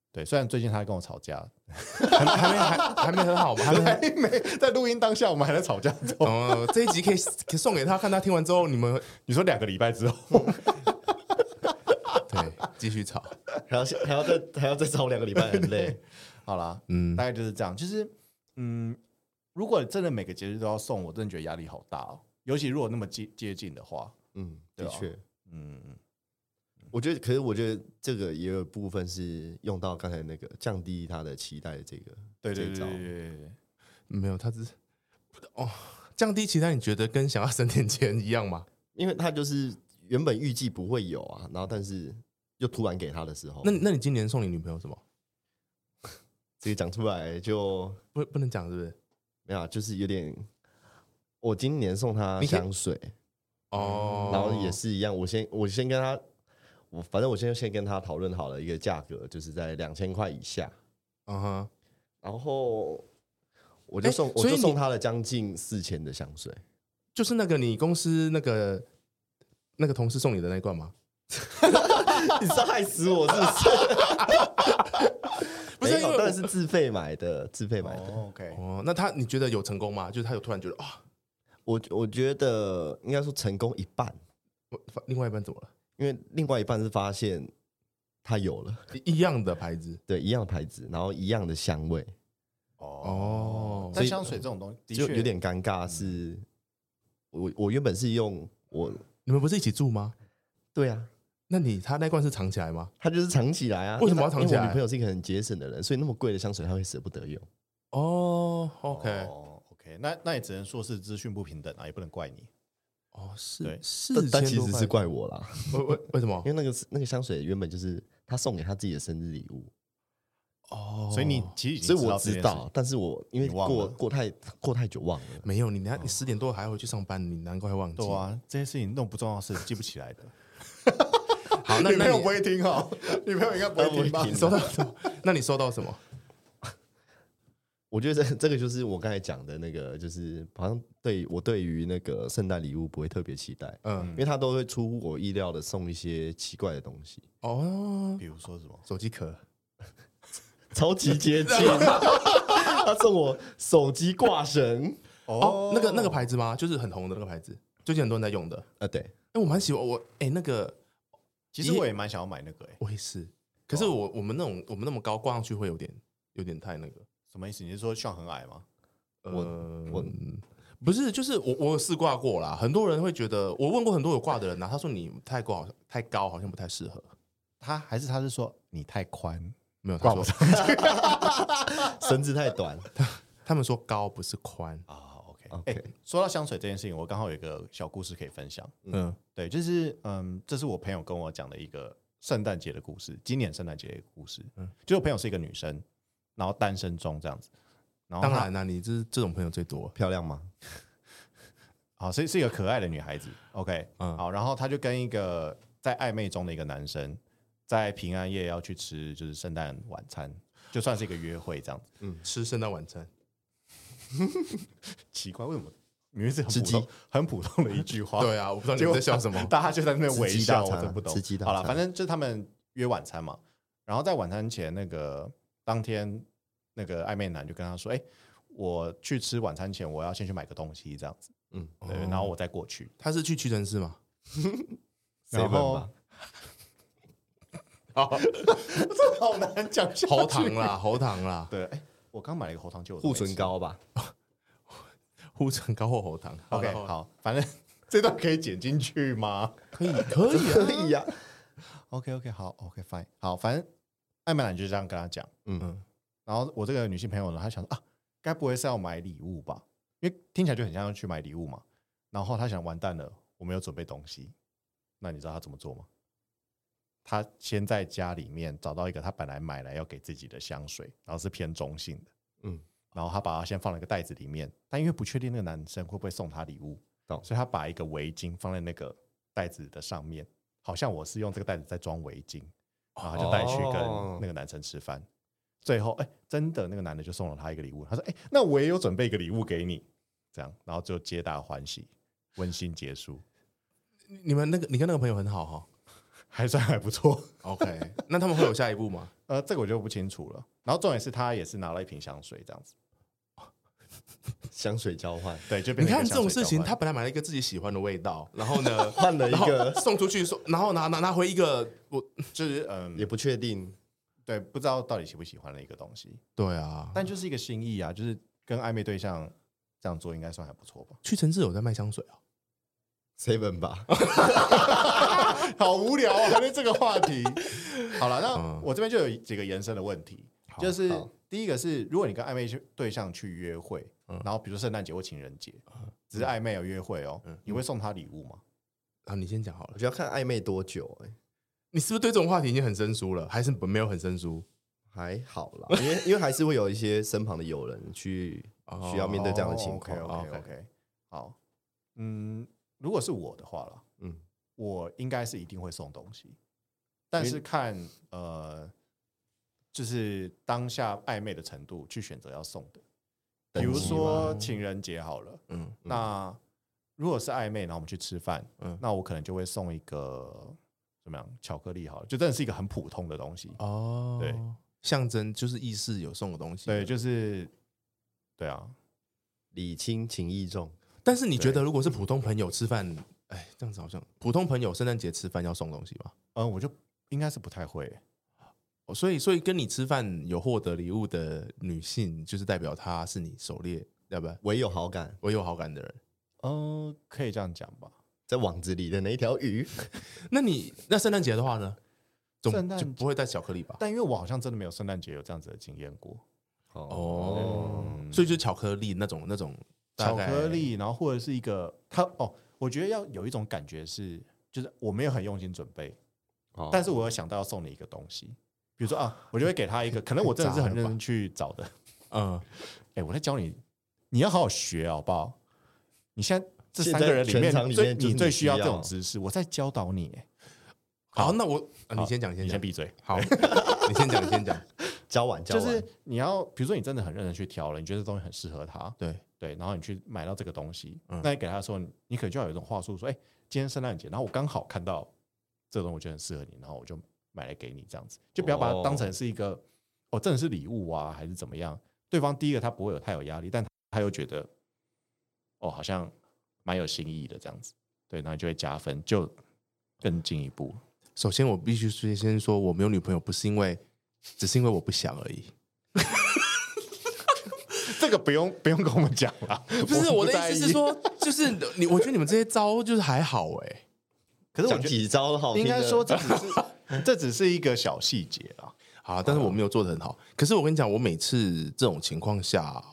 S1: 对，虽然最近他跟我吵 架，
S2: 还没还没还还没很好吗？还没
S1: 还没在录音当下，我们还在吵架中。
S2: 哦，这一集可以可以送给他，看他听完之后你们
S1: 你说两个礼拜之 后，
S2: 对 继续吵。
S3: 还要还要再还要再找两个礼拜，很 累。
S1: 好啦，
S2: 嗯
S1: 大概就是这样。就是嗯，如果真的每个节日都要送，我真的觉得压力好大哦。尤其如果那么接接近的话，
S3: 嗯，
S1: 对
S3: 的
S1: 啊
S3: 确，
S1: 嗯，
S3: 我觉得，可是我觉得这个也有部分是用到刚才那个降低他的期待的这个，
S1: 对对对
S3: 这一
S1: 对
S3: 招
S1: 对对对
S2: 没有，他只是哦，降低期待，你觉得跟想要省点钱一样吗？
S3: 因为他就是原本预计不会有啊，然后但是又突然给他的时候，
S2: 那那你今年送你女朋友什么？
S3: 这个讲出来就
S2: 不不能讲是不是？
S3: 没有啊，就是有点。我今年送他
S2: 你可以
S3: 香水，
S2: 哦，
S3: 然后也是一样，我先我先跟他，我反正我先先跟他讨论好了一个价格，就是在两千块以下，
S2: 嗯哼，
S3: 然后我就
S2: 哎
S3: 送、我
S2: 所以
S3: 就
S2: 你
S3: 送他了将近四千的香 水，
S2: 就是那个你公司那个那个同事送你的那一罐吗？
S3: 你是害死我是不是？
S2: 不是
S3: 没有
S2: 因为我
S3: 当然是自费买的，自费买的。
S1: 哦，OK，
S2: 哦，那他你觉得有成功吗？就是他有突然觉得啊、
S3: 我我觉得应该说成功一半，
S2: 我另外一半怎么了？
S3: 因为另外一半是发现他有了，
S2: 一一样的牌子
S3: 对，一样的牌子，然后一样的香味，
S2: 哦，
S1: 但香水这种东西的
S3: 就
S1: 确
S3: 有点尴尬是。我我原本是用我
S2: 你们不是一起住吗？
S3: 对啊，
S2: 那你他那罐是藏起来吗？
S3: 他就是藏起来啊。
S2: 为什么要藏起来
S3: 因为我女朋友是一个很节省的人，所以那么贵的香水她会舍不得用。
S2: 哦，OK，
S1: 哦，OK，那那也只能说是资讯不平等啊，也不能怪你。
S2: 哦，是
S1: 对
S2: 四
S3: 但
S2: 千
S3: 其
S2: 多
S3: 实是
S2: 块，
S3: 怪我啦，
S2: 为为为什么
S3: 因？为那个是那个香水原本就是他送给他自己的生日礼物，
S2: 哦，
S1: 所以你其实已经
S3: 所以我
S1: 这件
S3: 知
S1: 事
S3: 道，，但是我因为
S1: 你忘了
S3: 过过太过太久忘了，
S2: 没有你，等下你十点多还要回去上班，你难怪会忘记。
S1: 对啊，这些事情那种不重要的事记不起来的。
S2: 好，那
S1: 女
S2: 那
S1: 朋友
S2: 你
S1: 不会听哦，女朋友应该不会听吧
S3: 她不会？听
S2: 收到 什么？那你收到什么？
S3: 我觉得这这个就是我刚才讲的那个，就是好像对我对于那个圣诞礼物不会特别期待，
S2: 嗯，
S3: 因为他都会出乎我意料的送一些奇怪的东西，
S2: 哦，
S1: 比如说什么？
S2: 手机壳，
S3: 超级接 近。他送我手机挂绳，
S2: 哦，那个那个牌子吗？就是很红的那个牌子，最近很多人在用的。
S3: 啊，对，
S2: 哎，我蛮喜欢我哎那个
S1: 其实我也蛮想要买那个欸诶，
S2: 我也是，可是我我们那种我们那么高挂上去会有点有点太那个。
S1: 什么意思？你是说像很矮吗？
S3: 我
S1: 嗯
S3: 我
S2: 不是，就是我我有试挂过啦，很多人会觉得，我问过很多有挂的人啊呐、他说你太高好像太高好像不太适合，
S1: 他还是他是说你太宽，
S2: 没有，他说
S3: 绳子太短，
S2: 他们说高不是宽，
S1: 啊，OK，
S3: OK
S1: 欸说到香水这件事情，我刚好有一个小故事可以分享。
S2: 嗯
S1: 对，就是嗯，这是我朋友跟我讲的一个圣诞节的故事，今年圣诞节的故事。嗯，就我朋友是一个女生，然后单身中这样子，然后
S2: 当
S1: 她
S2: 然啦、你这这种朋友最多，
S3: 漂亮吗？
S1: 好，所以是一个可爱的女孩子。OK，
S2: 嗯
S1: 好，然后她就跟一个在暧昧中的一个男生，在平安夜要去吃就是圣诞晚餐，就算是一个约会这样子。
S2: 吃圣诞晚餐，
S1: 奇怪，为什么明明是很
S3: 吃
S1: 普通
S3: 鸡
S1: 很普通的一句话？，
S2: 对啊，我不知道你们在笑什么
S1: 大家就在那边 微笑，我
S3: 吃鸡大餐啊
S1: 真的不懂。
S3: 吃鸡大
S1: 好
S3: 餐
S1: 了，反正就是他们约晚餐嘛，然后在晚餐前，那个当天那个暧昧男就跟他说：“哎、我去吃晚餐前，我要先去买个东西，这样子，
S3: 嗯，
S1: 对，然后我再过去。
S2: 他是去屈臣氏吗？
S1: 然
S3: 7-Eleven 哦吧
S1: 后， 这好难讲下去
S2: 喉糖哦啦，喉糖啦，
S1: 对，哎、我刚买了一个喉糖酒，
S3: 护唇膏吧，
S2: 护唇膏或喉糖。
S1: OK，
S2: 好啦，
S1: 好，反正 这段可以剪进去吗
S2: 可以可以啊
S3: 可以呀、
S1: ？OK OK，好，OK fine，好，反正艾美兰就这样跟他讲。
S3: 嗯，
S1: 然后我这个女性朋友呢，她想说啊，该不会是要买礼物吧？因为听起来就很像要去买礼物嘛。然后她想，完蛋了，我没有准备东西。那你知道她怎么做吗？她先在家里面找到一个她本来买来要给自己的香水，然后是偏中性的，
S3: 嗯，
S1: 然后她把它先放了一个袋子里面，但因为不确定那个男生会不会送她礼物，
S3: 懂
S1: 所以她把一个围巾放在那个袋子的上面，好像我是用这个袋子在装围巾，然后她就带去
S3: 哦
S1: 跟那个男生吃饭。最后，哎、真的那个男的就送了她一个礼物，他说：“哎、那我也有准备一个礼物给你。”这样，然后就皆大欢喜，温馨结束，
S2: 你你们那个你跟那个朋友很好哈、
S1: 还算还不错。
S2: OK，那 他们会有下一步吗？
S1: 呃，这个我就不清楚了。然后重点是他也是拿了一瓶香水，这样子，
S3: 香水 交换
S1: 对，就
S2: 你
S1: 变成一
S2: 看
S1: 个
S2: 这种
S1: 香水
S2: 事情，
S1: 交换
S2: 他本来买了一个自己喜欢的味道，然后 呢
S3: 换了一
S2: 然后
S3: 个，
S2: 送出去，送然后拿拿拿回一个我
S1: 就是嗯，
S3: 也不确定，
S1: 对，不知道到底喜不喜欢的一个东西，
S2: 对啊，但
S1: 但就是一个心意啊，就是跟暧昧对象这样做应该算还不错吧。
S2: 屈臣氏有在卖香水啊，
S3: seven 吧，
S1: 好无聊啊，还是这个话题。好了，那
S2: 嗯
S1: 我这边就有几个延伸的问题，
S2: 好
S1: 就是
S3: 好
S1: 第一个是，如果你跟暧昧对象去约会，
S2: 嗯
S1: 然后比如说圣诞节或情人节，只是暧昧有约会哦，
S2: 嗯
S1: 你会送他礼物吗？
S2: 啊，你先讲好了
S3: 我，觉得要看暧昧多久、欸，
S2: 你是不是对这种话题已经很生疏了？还是没有很生疏？
S3: 还好 啦，因为因为还是会有一些身旁的友人去
S2: 哦
S3: 需要面对这样的情况，哦
S1: OK OK OK，好，嗯，如果是我的话了，
S3: 嗯，
S1: 我应该是一定会送东西，但是看呃，就是当下暧昧的程度去选择要送的。比如
S3: 哎等级
S1: 说
S2: 吗
S1: 情人节好了，
S2: 嗯，
S1: 那如果是暧昧，然后我们去吃饭，
S2: 嗯
S1: 那我可能就会送一个怎么样巧克力好了，就真的是一个很普通的东西。
S2: 哦，
S1: 对，
S2: 象征就是意识有送的东西，
S1: 对，就是对啊，
S3: 礼轻情意重，
S2: 但是你觉得，如果是普通朋友吃饭，哎，这样子好像普通朋友圣诞节吃饭要送东西吧？
S1: 嗯，我就应该是不太会。
S2: 哦所以，所以跟你吃饭有获得礼物的女性，就是代表她是你狩猎，要不然
S3: 唯有好感，
S2: 我有好感的人。
S1: 嗯，可以这样讲吧。
S3: 在网子里的那一条鱼，
S2: 那你那圣诞节的话呢？总
S1: 圣诞
S2: 就不会带巧克力吧？
S1: 但因为我好像真的没有圣诞节有这样子的经验过，
S2: 哦，
S1: 嗯
S2: 所以就是巧克力那种那种大
S1: 巧
S2: 概
S1: 克力，然后或者是一个它哦，我觉得要有一种感觉是，就是我没有很用心准备，
S3: 哦
S1: 但是我有想到要送你一个东西，比如说啊，我就会给他一 个，可能我真的是很认真去找的。
S2: 嗯，
S1: 哎，我在教你，你要好好学好不好？你现在这三个人里
S3: 现在
S1: 面
S3: 全场里
S1: 最
S3: 面就是
S1: 你
S3: 你
S1: 最需要
S3: 需
S1: 这
S3: 要
S1: 种知识，我在教导你。哎
S2: 好，那我啊
S1: 好
S2: 你先讲，
S1: 你先
S2: 你先讲，
S1: 闭嘴。
S2: 好，你先讲，你先讲，
S3: 交往交
S1: 就
S3: 往，
S1: 是你要，比如说你真的很认真去挑了，你觉得这东西很适合他，
S2: 对，
S1: 对，然后你去买到这个东西，
S2: 嗯
S1: 那你给他的时候，你你可能就要有一种话术说，哎、今天圣诞节，然后我刚好看到这个东西，我觉得很适合你，然后我就买来给你，这样子，就不要把它当成是一个哦真的是礼物啊，还是怎么样？对方第一个他不会有太有压力，但他又觉得哦，好像蛮有新意的这样子，对，然后就会加分，就更进一步。
S2: 首先，我必须先先说，我没有女朋友，不是因为，只是因为我不想而已。
S1: 这个不用不用跟我们讲啦，
S2: 不是我的
S1: 在
S2: 意思
S1: 意
S2: 是，说， 就是你，我觉得你们这些招就是还好哎、
S1: 可是我
S3: 讲
S1: 觉得。
S3: 几招好听
S1: 应
S3: 的，
S1: 该说这只 是这只是一个小细节啦。
S2: 好，啊但是我没有做的很好。可是我跟你讲，我每次这种情况下，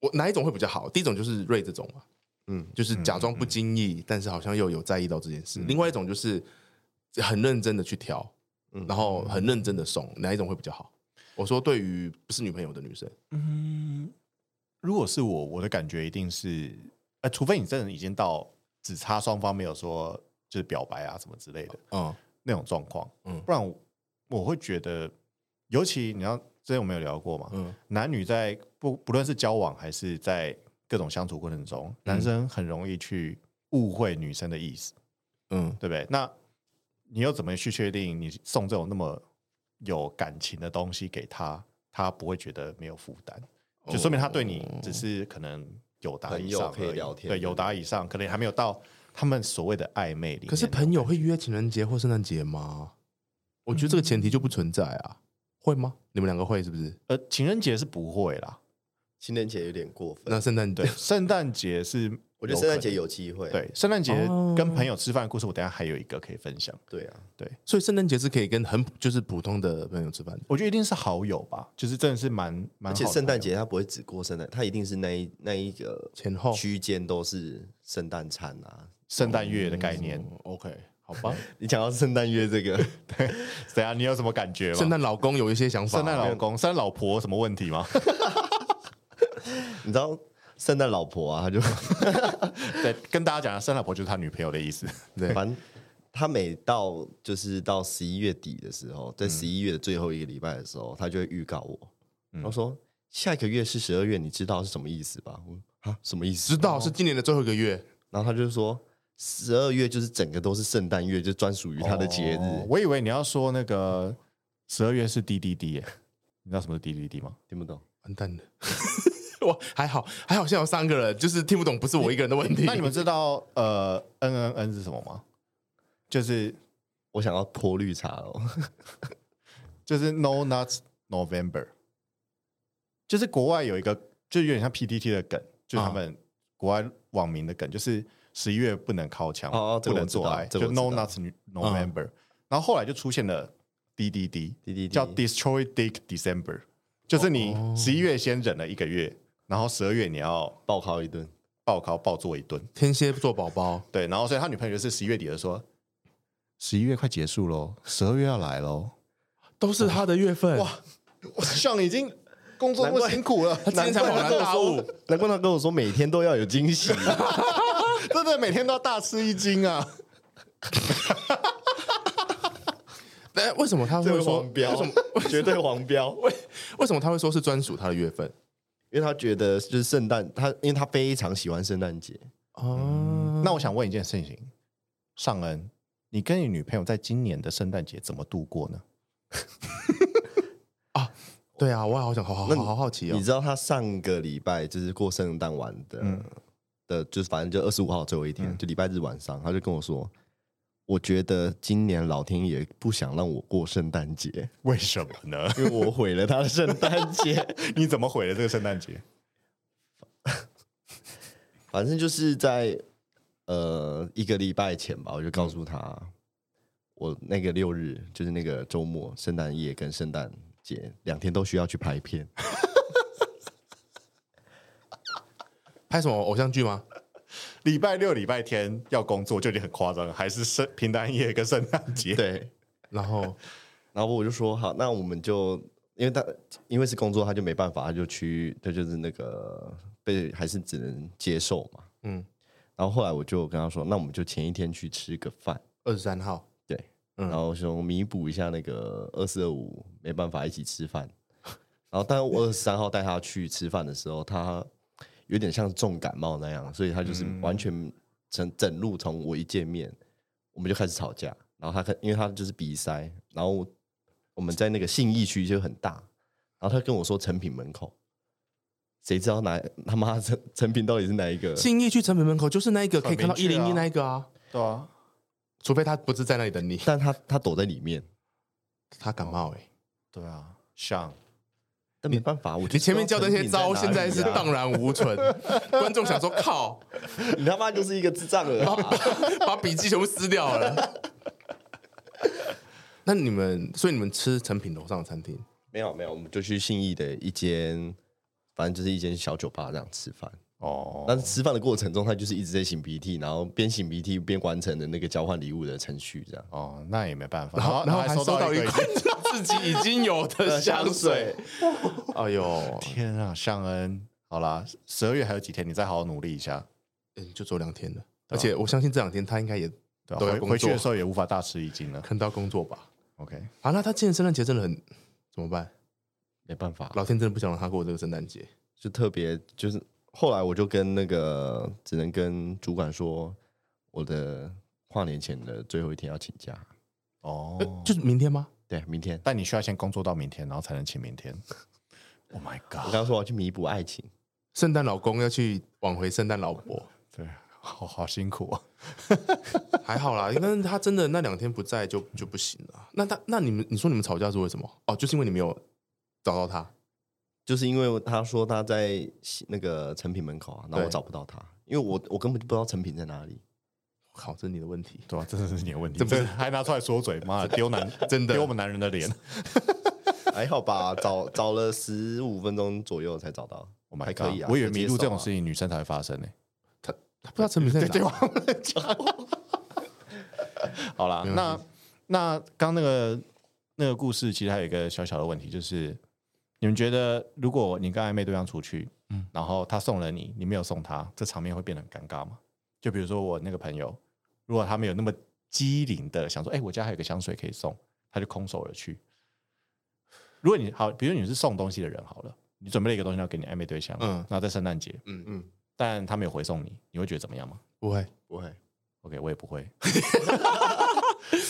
S2: 我哪一种会比较好？第一种就是瑞这种嘛，
S3: 嗯
S2: 就是假装不经意，但是好像又有在意到这件事。另外一种就是很认真的去挑，
S3: 嗯
S2: 然后很认真的送，哪一种会比较好？我说，对于不是女朋友的女生，
S1: 嗯，如果是我，我的感觉一定是，呃，除非你真的已经到只差双方没有说就是表白啊什么之类的
S3: 哦
S2: 嗯
S1: 那种状况，
S2: 嗯
S1: 不然我我会觉得，尤其你要之前我们有聊过嘛，
S2: 嗯，
S1: 男女在不不论是交往还是在各种相处过程
S2: 嗯
S1: 中，男生很容易去误会女生的意思。
S2: 嗯，
S1: 对不对？那你又怎么去确定你送这种那么有感情的东西给他，他不会觉得没有负担？就说明他对你只是可能有达以上
S3: 哦朋友可以
S1: 而已
S3: 聊天
S1: 对，有达以上，可能还没有到他们所谓的暧昧里面。
S2: 可是朋友会约情人节或圣诞节吗？我觉得这个前提就不存在啊，会吗？你们两个会是不是？
S1: 呃，情人节是不会啦，
S3: 情人节有点过分，
S2: 那圣诞
S1: 对，圣诞节是
S3: 我觉得圣诞节有机会，
S1: 对，圣诞节
S2: 哦
S1: 跟朋友吃饭的故事，我等一下还有一个可以分享。
S3: 对啊，
S2: 所以圣诞节是可以跟很就是普通的朋友吃饭的。
S1: 我觉得一定是好友吧，就是真的是蛮蛮。
S3: 而且圣诞，节他不会只过圣诞，他一定是那一那一个
S2: 前后
S3: 区间都是圣诞餐啊。
S1: 圣诞月的概
S3: 哦
S1: 念，
S2: 嗯 OK，好吧。
S3: 你讲到圣诞月这个，
S1: 怎啊样？你有什么感觉吗？
S2: 圣诞老公有一些想法，
S1: 圣诞老公、圣诞老婆有什么问题吗？
S3: 你知道圣诞老婆啊，他就
S1: 对，跟大家讲，圣诞老婆就是他女朋友的意思。
S2: 对
S3: 反正他每到就是到十一月底的时候，在十一月的最后一个礼拜的时候，他就会预告我，然后说下一个月是十二月，你知道是什么意思吧？我说啊，什么意思？
S2: 知道是今年的最后一个月，
S3: 然后他就说，十二月就是整个都是圣诞月，就专属于他的节日。
S1: 哦我以为你要说那个十二月是 DDD，耶你知道什么是 DDD 吗？
S3: 听不懂？
S2: 完蛋了。 我还好，还好，现在有三个人，就是听不懂，不是我一个人的问题。
S1: 那你们知道呃 N N N 是什么吗？就是
S3: 我想要泼绿茶哦。
S1: 就是 No Nuts November，就是国外有一个，就有点像 PTT 的梗，就是他
S3: 啊
S1: 们国外网民的梗，就是十一月不能靠墙，
S3: 哦哦这
S1: 不
S3: 个
S1: 能
S3: 我知道
S1: 做爱，
S3: 这
S1: 就
S3: 个
S1: No
S3: 我知道嗯
S1: Nuts November，、然后后来就出现了 DDD，
S3: 滴滴滴
S1: 叫 Destroy Dick December，就是你
S3: 哦
S1: 十一月先忍了一个月，然后十二月你要
S3: 暴烤一顿，
S1: 暴考暴做一顿，
S2: 天蝎座宝宝，
S1: 对，然后所以他女朋友就是十一月底的说，十一月快结束喽，十二月要来喽，
S2: 都是他的月份。哇，
S1: 我上已经工作那么辛苦了，
S2: 今天才恍然大悟，
S3: 难怪他跟我说每天都要有 惊喜，
S1: 真的每天都要大吃一惊啊！
S2: 哎，为什么他
S3: 这
S2: 会
S3: 个
S2: 说？
S3: 黄标
S2: 为什么？，
S3: 绝对黄标。
S2: 为什么他会说是专属他的月份？
S3: 因为他觉得就是圣诞，他因为他非常喜欢圣诞节，
S2: 哦，
S1: 那我想问一件事情，尚恩，你跟你女朋友在今年的圣诞节怎么度过呢？
S2: 对啊，我也好想，好好
S3: 那你
S2: 好好好奇哦
S3: 你。知道他上个礼拜就是过圣诞晚的、
S1: 嗯
S3: 的，就是反正就二十五号最后一天，
S2: 嗯
S3: 就礼拜日晚上，他就跟我说，我觉得今年老天爷不想让我过圣诞节，
S1: 为什么呢？
S3: 因为我毁了他的圣诞节。
S1: 你怎么毁了这个圣诞节？
S3: 反正就是在呃一个礼拜前吧，我就告诉他，我那个六日就是那个周末，圣诞夜跟圣诞节两天都需要去拍片。
S2: 拍什么偶像剧吗？
S1: 礼拜六、礼拜天要工作就已经很夸张了，还是圣平安夜跟圣诞节？
S3: 对，
S2: 然后
S3: 然后我就说好，那我们就因为他因为是工作，他就没办法，他就去，他就是那个被还是只能接受嘛。
S2: 嗯，
S3: 然后后来我就跟他说，那我们就前一天去吃个饭，
S2: 二十三号，
S3: 对，
S2: 嗯
S3: 然后想弥补一下那个二四二五没办法一起吃饭。然后，但我二十三号带他去吃饭的时候，他有点像重感冒那样，所以他就是
S2: 嗯
S3: 完全整整路从我一见面，我们就开始吵架。然后他看，因为他就是鼻塞，然后我们在那个信义区就很大，然后他跟我说成品门口，谁知道哪他妈成成品到底是哪一个？
S2: 信义区城北门口就是那一个可以看到
S1: 很
S2: 一
S1: 明确啊
S2: 零一那一个啊，
S1: 对啊，
S2: 除非他不是在那里等你，
S3: 但他他躲在里面，
S2: 他感冒哎。
S1: 对啊，像
S3: 但没办法，我就
S2: 你前面
S3: 不知
S2: 教
S3: 道
S2: 的那些招，
S3: 成
S2: 现
S3: 品哪
S2: 在
S3: 里
S2: 是
S3: 啊
S2: 荡然无存。 观众想说靠，
S3: 你他妈就是一个智障儿、啊。
S2: 把笔记全部撕掉了。那你们，所以你们吃成品楼上的餐厅，
S3: 没有没有，我们就去信义的一间，反正就是一间小酒吧这样吃饭。
S1: 哦，
S3: 但是吃饭的过程中，他就是一直在擤鼻涕，然后边擤鼻涕边完成的那个交换礼物的程序，这样。
S1: 哦，那也没办法。
S2: 然后然后还
S1: 还
S2: 收
S1: 到
S2: 到一
S1: 个已
S2: 罐
S1: 经
S2: 自己已经有的香水。哎呦，
S1: 天啊，尚恩，好啦，十二月还有几天，你再好好努力一下。
S2: 嗯，就走两天了，而且我相信这两天他应该也
S1: 对啊
S2: 都要
S1: 回
S2: 工
S1: 回去
S2: 作
S1: 的时候也无法大吃一惊了。
S2: 看到工作吧。
S1: OK，
S2: 啊，那他今年圣诞节真的很怎么办？
S3: 没办法，
S2: 老天真的不想让他过这个圣诞节。
S3: 就特别就是后来我就跟那个只能跟主管说，我的跨年前的最后一天要请假。
S1: 哦
S2: 呃，就是明天吗？
S3: 对，明天
S1: 但你需要先工作到明天，然后才能请明天。Oh my
S3: 我
S1: god！
S3: 刚刚说我要去弥补爱情，
S2: 圣诞老公要去挽回圣诞老婆，
S1: 对，好好辛苦啊。
S2: 还好啦，但是他真的那两天不在就就不行了。那他那你们你说你们吵架是为什么？哦，就是因为你没有找到他。
S3: 就是因为他说他在那个成品门口啊，然后
S2: 对
S3: 我找不到他，
S4: 因为我我根本就不知道成品在哪里。
S2: 靠，这是你的问题。
S1: 对吧、啊？这真的是你的问题，
S2: 这不是
S1: 这还拿出来说嘴，妈的丢男
S2: 真的
S1: 丢我们男人的脸。
S4: 还好吧，找找了十五分钟左右才找到。
S1: 我们
S4: 还可以啊
S1: Oh 我以为迷路这
S4: 可以接
S1: 种
S4: 受啊
S1: 事情女生才会发生呢、
S2: 不知道成品在哪？
S1: 对吧？ 好啦，
S2: 没关
S1: 那那刚那个那个故事，其实还有一个小小的问题，就是你们觉得，如果你跟暧昧对象出去，嗯
S2: 嗯，
S1: 然后他送了你，你没有送他，这场面会变得很尴尬吗？就比如说我那个朋友，如果他没有那么机灵的想说，哎、我家还有个香水可以送，他就空手而去。如果你好，比如你是送东西的人好了，你准备了一个东西要给你暧昧对象，嗯
S2: 嗯，
S1: 然后在圣诞节，
S2: 嗯
S4: 嗯，
S1: 但他没有回送你，你会觉得怎么样吗？
S2: 不会，
S4: 不会，
S1: OK，我也不 会。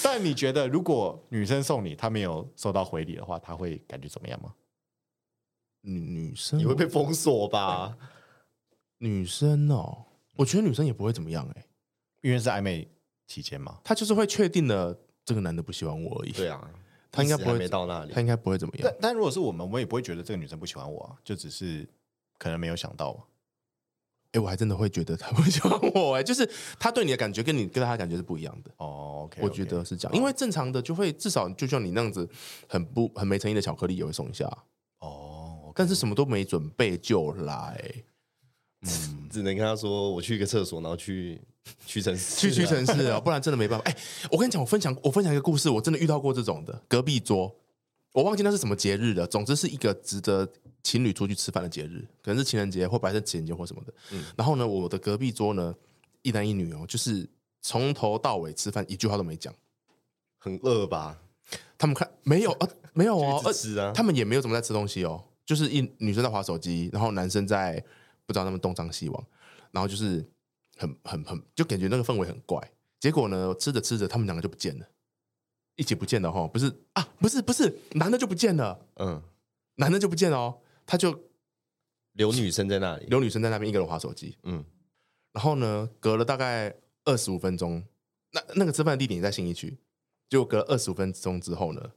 S1: 但你觉得，如果女生送你，她没有收到回礼的话，她会感觉怎么样吗？
S2: 女女生
S4: 你会被封锁吧？
S2: 女生哦，我觉得女生也不会怎么样哎、
S1: 因为是暧昧期间嘛。
S2: 她就是会确定的，这个男的不喜欢我而已。
S4: 对啊，
S2: 他应该不
S4: 意识还
S2: 会
S4: 没到那里
S2: 她。应该不会怎么样
S1: 但。但如果是我们，我也不会觉得这个女生不喜欢我啊，就只是可能没有想到啊嘛。
S2: 哎、我还真的会觉得他不喜欢我哎、就是他对你的感觉跟你跟他的感觉是不一样的。
S1: 哦，OK，,
S2: 我觉得是这样，因为正常的就会至少就像你那样子，很不很没诚意的巧克力也会送一下，
S1: 哦，OK，
S2: 但是什么都没准备就来，
S4: 只能跟他说我去一个厕所，然后去屈臣氏
S2: 去
S4: 啊，
S2: 屈臣氏啊，不然真的没办法。哎、我跟你讲，我分享我分享一个故事，我真的遇到过这种的，隔壁桌，我忘记那是什么节日了，总之是一个值得情侣出去吃饭的节日，可能是情人节或白色情人节或什么的。然后呢，我的隔壁桌呢，一男一女哦，就是从头到尾吃饭一句话都没讲。
S4: 很饿吧？
S2: 他们看 没有啊，没有哦，
S4: 就一直吃啊
S2: 呃他们也没有怎么在吃东西哦，就是一女生在划手机，然后男生在不知道他们东张西望，然后就是很很很，就感觉那个氛围很怪。结果呢，吃着吃着，他们两个就不见了，一起不见了哈，不是啊，不是不是，男的就不见了，
S4: 嗯，
S2: 男的就不见了哦，他就
S4: 留女生在那里。
S2: 留女生在那边一个人划手机，
S4: 嗯，
S2: 然后呢，隔了大概二十五分钟，那那个吃饭地点也在信义区，结果隔了二十五分钟之后呢，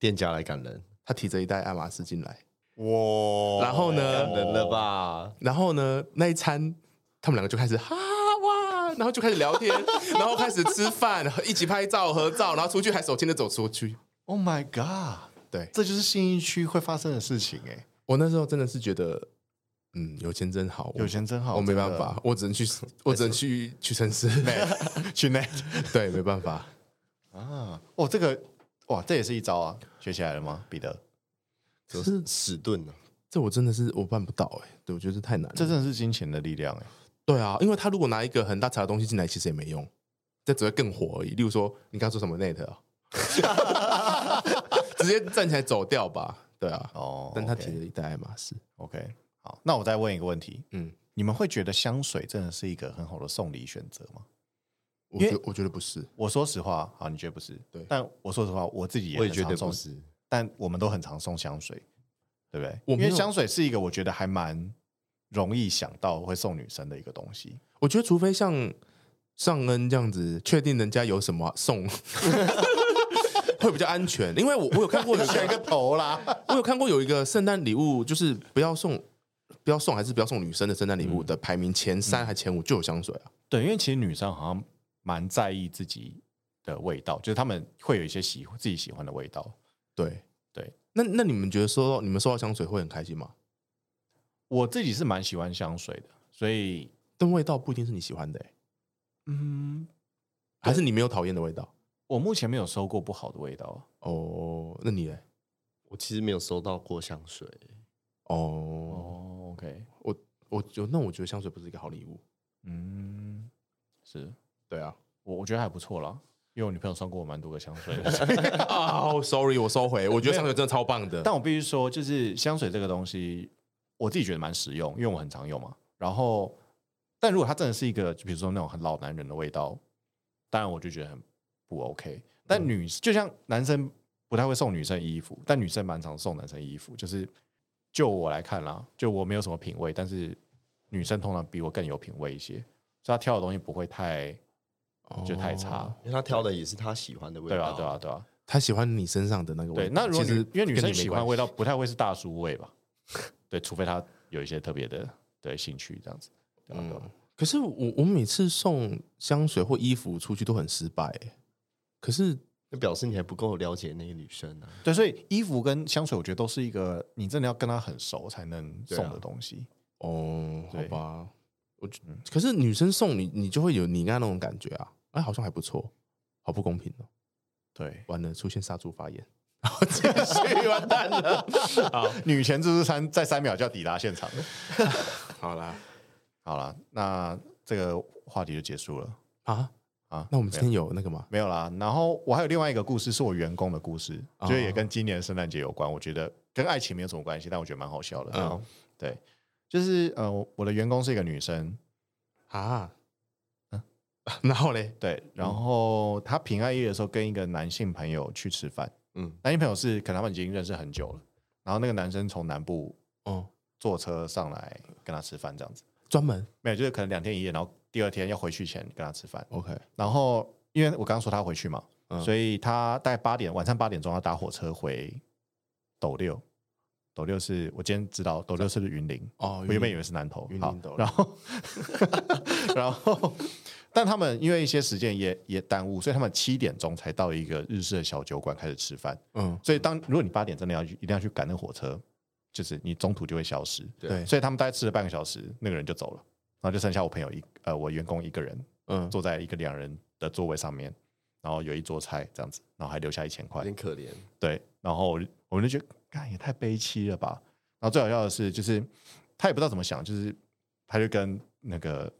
S4: 店家来赶人，
S2: 他提着一袋爱马仕进来。
S1: 哇哦
S2: 然后呢
S4: 赶人了？吧？
S2: 然后呢，那一餐他们两个就开始哈哇，然后就开始 聊天，然后开始吃饭，一起拍照合照，然后出去还手牵着走出去。
S1: ？Oh my god！
S2: 对
S1: 这就是新一区会发生的事情哎、
S2: 我那时候真的是觉得，嗯，有钱真好，我
S1: 有钱真好，
S2: 我没办
S1: 真的
S2: 法，我只能去，我只能去屈臣氏。
S1: 去那
S2: 对，没办法，
S1: 啊！哦，这个哇，这也是一招啊，学起来了吗，彼得？
S4: 就是屎盾啊，
S2: 这我真的是我办不到哎、对我觉得太难了。
S1: 这真的是金钱的力量哎、
S2: 对啊，因为他如果拿一个很大茶的东西进来，其实也没用，这只会更火而已。例如说，你刚刚说什么 net 啊，直接站起来走掉吧。对 啊，
S1: 哦，
S2: 但他
S1: OK
S2: 提了一袋爱马仕，
S1: OK，好，那我再问一个问题，
S2: 嗯，
S1: 你们会觉得香水真的是一个很好的送礼选择吗？
S2: 我
S1: 因为
S2: 觉我觉得不是，
S1: 我说实话，好，你觉得不是？
S2: 对
S1: 但我说实话，我自己也
S4: 我也
S1: 很
S4: 觉
S1: 常
S4: 得
S1: 送
S4: 不，是。
S1: 但我们都很常送香水，对不对？
S2: 我
S1: 因
S2: 没
S1: 为
S2: 有
S1: 香水是一个我觉得还蛮容易想到会送女生的一个东西。
S2: 我觉得除非像尚恩这样子，确定人家有什么送， 会比较安全。因为我我有看过有一
S1: 选一
S2: 个，
S1: 个头啦，
S2: 我有看过有一个圣诞礼物，就是不要送。不要送，还是不要送女生的圣诞礼物的排名前三还前五就有香水啊？
S1: 对，因为其实女生好像蛮在意自己的味道，就是她们会有一些喜自己喜欢的味道。
S2: 对
S1: 对，
S2: 那那你们觉得收到你们收到香水会很开心吗？
S1: 我自己是蛮喜欢香水的，所以
S2: 但味道不一定是你喜欢的欸、
S1: 嗯，
S2: 还是你没有讨厌的味道？
S1: 我目前没有收过不好的味道啊。
S2: 哦，那你嘞？
S4: 我其实没有收到过香水，
S2: 哦，
S1: 哦，OK，
S2: 我就那我觉得香水不是一个好礼物。
S1: 嗯，是
S2: 对啊，
S1: 我我觉得还不错啦，因为我女朋友送过我蛮多个香水的，
S2: 啊、s o r r y 我收回。我觉得香水真的超棒的，
S1: 但我必须说，就是香水这个东西，我自己觉得蛮实用，因为我很常用嘛。然后，但如果它真的是一个，就比如说那种很老男人的味道，当然我就觉得很不 OK。但
S4: 嗯
S1: 女、就像男生不太会送女生衣服，但女生蛮常送男生衣服，就是就我来看啦，就我没有什么品味，但是女生通常比我更有品味一些，所以她挑的东西不会太就太差。
S2: 哦
S4: 因为他挑的也是他喜欢的味道。
S1: 对啊，对啊，对啊，
S2: 他喜欢你身上的那个
S1: 对。
S2: 味道。
S1: 那如果
S2: 其
S1: 女
S2: 实
S1: 因为女
S2: 跟
S1: 生
S2: 你没
S1: 喜欢
S2: 关
S1: 味道，不太会是大叔味吧？对，除非她有一些特别的对兴趣这样子。对啊对啊
S2: 嗯可是我我每次送香水或衣服出去都很失败、欸可是
S4: 那表示你还不够了解那个女生啊。
S1: 对，所以衣服跟香水，我觉得都是一个你真的要跟她很熟才能送的东西。
S2: 哦，好
S1: 对
S2: 吧，我觉可是女生送你，你就会有你刚刚那种感觉啊，哎，好像还不错，好不公平哦。
S1: 对，
S2: 完了，出现杀猪发言，然后继续完 蛋了。
S1: 女权自助餐在三秒就要抵达现场。
S2: 好啦，
S1: 好了，那这个话题就结束了
S2: 啊，
S1: 啊。
S2: 那我们今天有那个吗？
S1: 没有啦，然后我还有另外一个故事，是我员工的故事，
S2: 哦
S1: 就是也跟今年圣诞节有关。我觉得跟爱情没有什么关系，但我觉得蛮好笑的。
S2: 嗯
S1: 对，就是呃，我我的员工是一个女生，
S2: 啊， 然后嘞，
S1: 对，然后她平安夜的时候跟一个男性朋友去吃饭，嗯
S4: 嗯，
S1: 男性朋友是可能他们已经认识很久了，然后那个男生从南部
S2: 哦，
S1: 坐车上来跟她吃饭，这样子，
S2: 专门
S1: 没有，就是可能两天一夜，然后第二天要回去前跟她吃饭，
S2: OK，
S1: 然后因为我刚刚说他回去嘛，
S2: 嗯
S1: 所以他大概八点晚上八点钟要搭火车回斗六。斗六是我今天知道，斗六是云林，
S2: 哦，
S1: 我原本以为是南投
S2: 云。林
S1: 好
S2: 斗，六
S1: 然后 然后，但他们因为一些时间也也耽误，所以他们七点钟才到一个日式的小酒馆开始吃饭。
S2: 嗯，
S1: 所以当如果你八点真的要去，一定要去赶那个火车，就是你中途就会消失。
S2: 对，
S1: 所以他们大概吃了半个小时，那个人就走了，然后就剩下我朋友一呃我员工一个人，
S2: 嗯，
S1: 坐在一个两人的座位上面，然后有一桌菜这样子，然后还留下一千块
S4: 有，点可怜，
S1: 对，然后我就我们就觉得，干也太悲戚了吧。然后最好笑的是，就是他也不知道怎么想，就是他就跟那个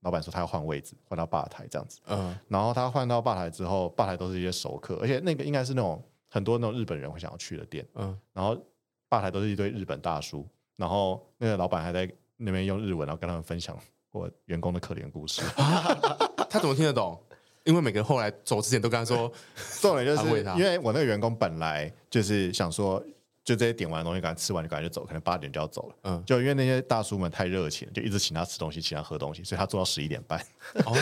S1: 老板说他要换位置，换到吧台这样子。
S2: 嗯，
S1: 然后他换到吧台之后，吧台都是一些熟客，而且那个应该是那种很多那种日本人会想要去的店。
S2: 嗯，
S1: 然后吧台都是一堆日本大叔，然后那个老板还在那边用日文，然后跟他们分享我员工的可怜故事。
S2: 他怎么听得懂？因为每个人后来走之前都跟他 说，
S1: 重点就
S2: 安慰
S1: 是
S2: 他
S1: 因为我那个员工本来就是想说，就这些点完的东西，赶快吃完就赶快就走，可能八点就要走了。
S2: 嗯，
S1: 就因为那些大叔们太热情，就一直请他吃东西，请他喝东西，所以他做到十一点半。
S2: 哦，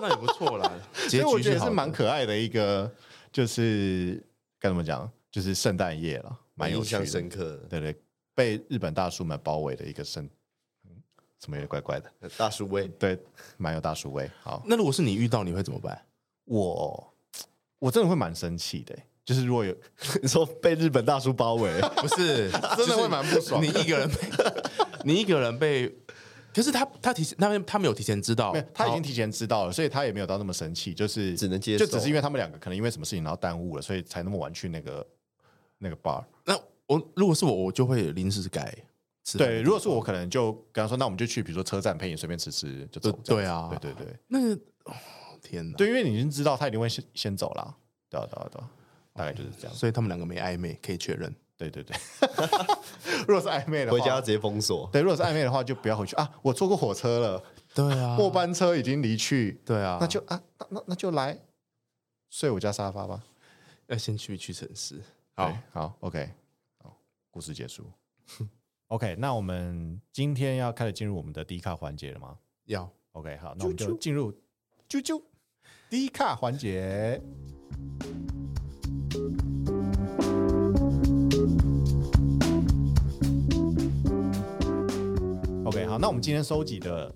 S2: 那也不错啦，
S1: 所
S2: 结
S1: 以我
S2: 局
S1: 觉得
S2: 好
S1: 是
S2: 的
S1: 蛮可爱的一个，就是该怎么讲，就是圣诞夜了，蛮有
S4: 印
S1: 趣的
S4: 象。深刻的。
S1: 对对，被日本大叔们包围的一个圣，嗯怎么有点怪怪的？
S4: 大叔味，
S1: 对，蛮有大叔味。好，
S2: 那如果是你遇到，你会怎么办？
S1: 我我真的会蛮生气的、就是如果有
S4: 你说被日本大叔包围，
S2: 不 是，
S1: 真的会蛮不爽
S2: 你一个人 被，你一个人被，可是他他提前，他他没有提前知道
S1: 没有，，他已经
S2: 好
S1: 提前知道了，所以他也没有到那么生气，就是
S4: 只能接受
S1: 就只是因为他们两个可能因为什么事情然后耽误了，所以才那么晚去那个那个 bar。
S2: 那我如果是我，我就会临时改吃饭的地
S1: 对，
S2: 方。
S1: 如果是我，可能就跟他说，那我们就去，比如说车站陪你随便吃吃就走。
S2: 对
S1: 这样
S2: 对啊
S1: 子对对对
S2: 那个，哦天哪，
S1: 对，因为你已经知道他一定会先先走啦，对啊对啊
S2: 哦
S1: 对啊，大概就是这样。
S2: 所以他们两个没暧昧，可以确认。
S1: 对对对， 如果是暧昧的话，
S4: 回家直接封锁。
S1: 对，如果是暧昧的话就不要回去啊！我坐过火车了，
S2: 对啊，
S1: 末班车已经离去，
S2: 对啊，
S1: 那就啊那那那就来睡我家沙发吧。
S2: 啊要先去屈臣氏。好
S1: 好，好，OK，好，故事结束。OK，那我们今天要开始进入我们的低卡环节了吗
S2: 要
S1: ？OK，好，那我们就进入啾啾低卡环节。OK，好，那我们今天收集的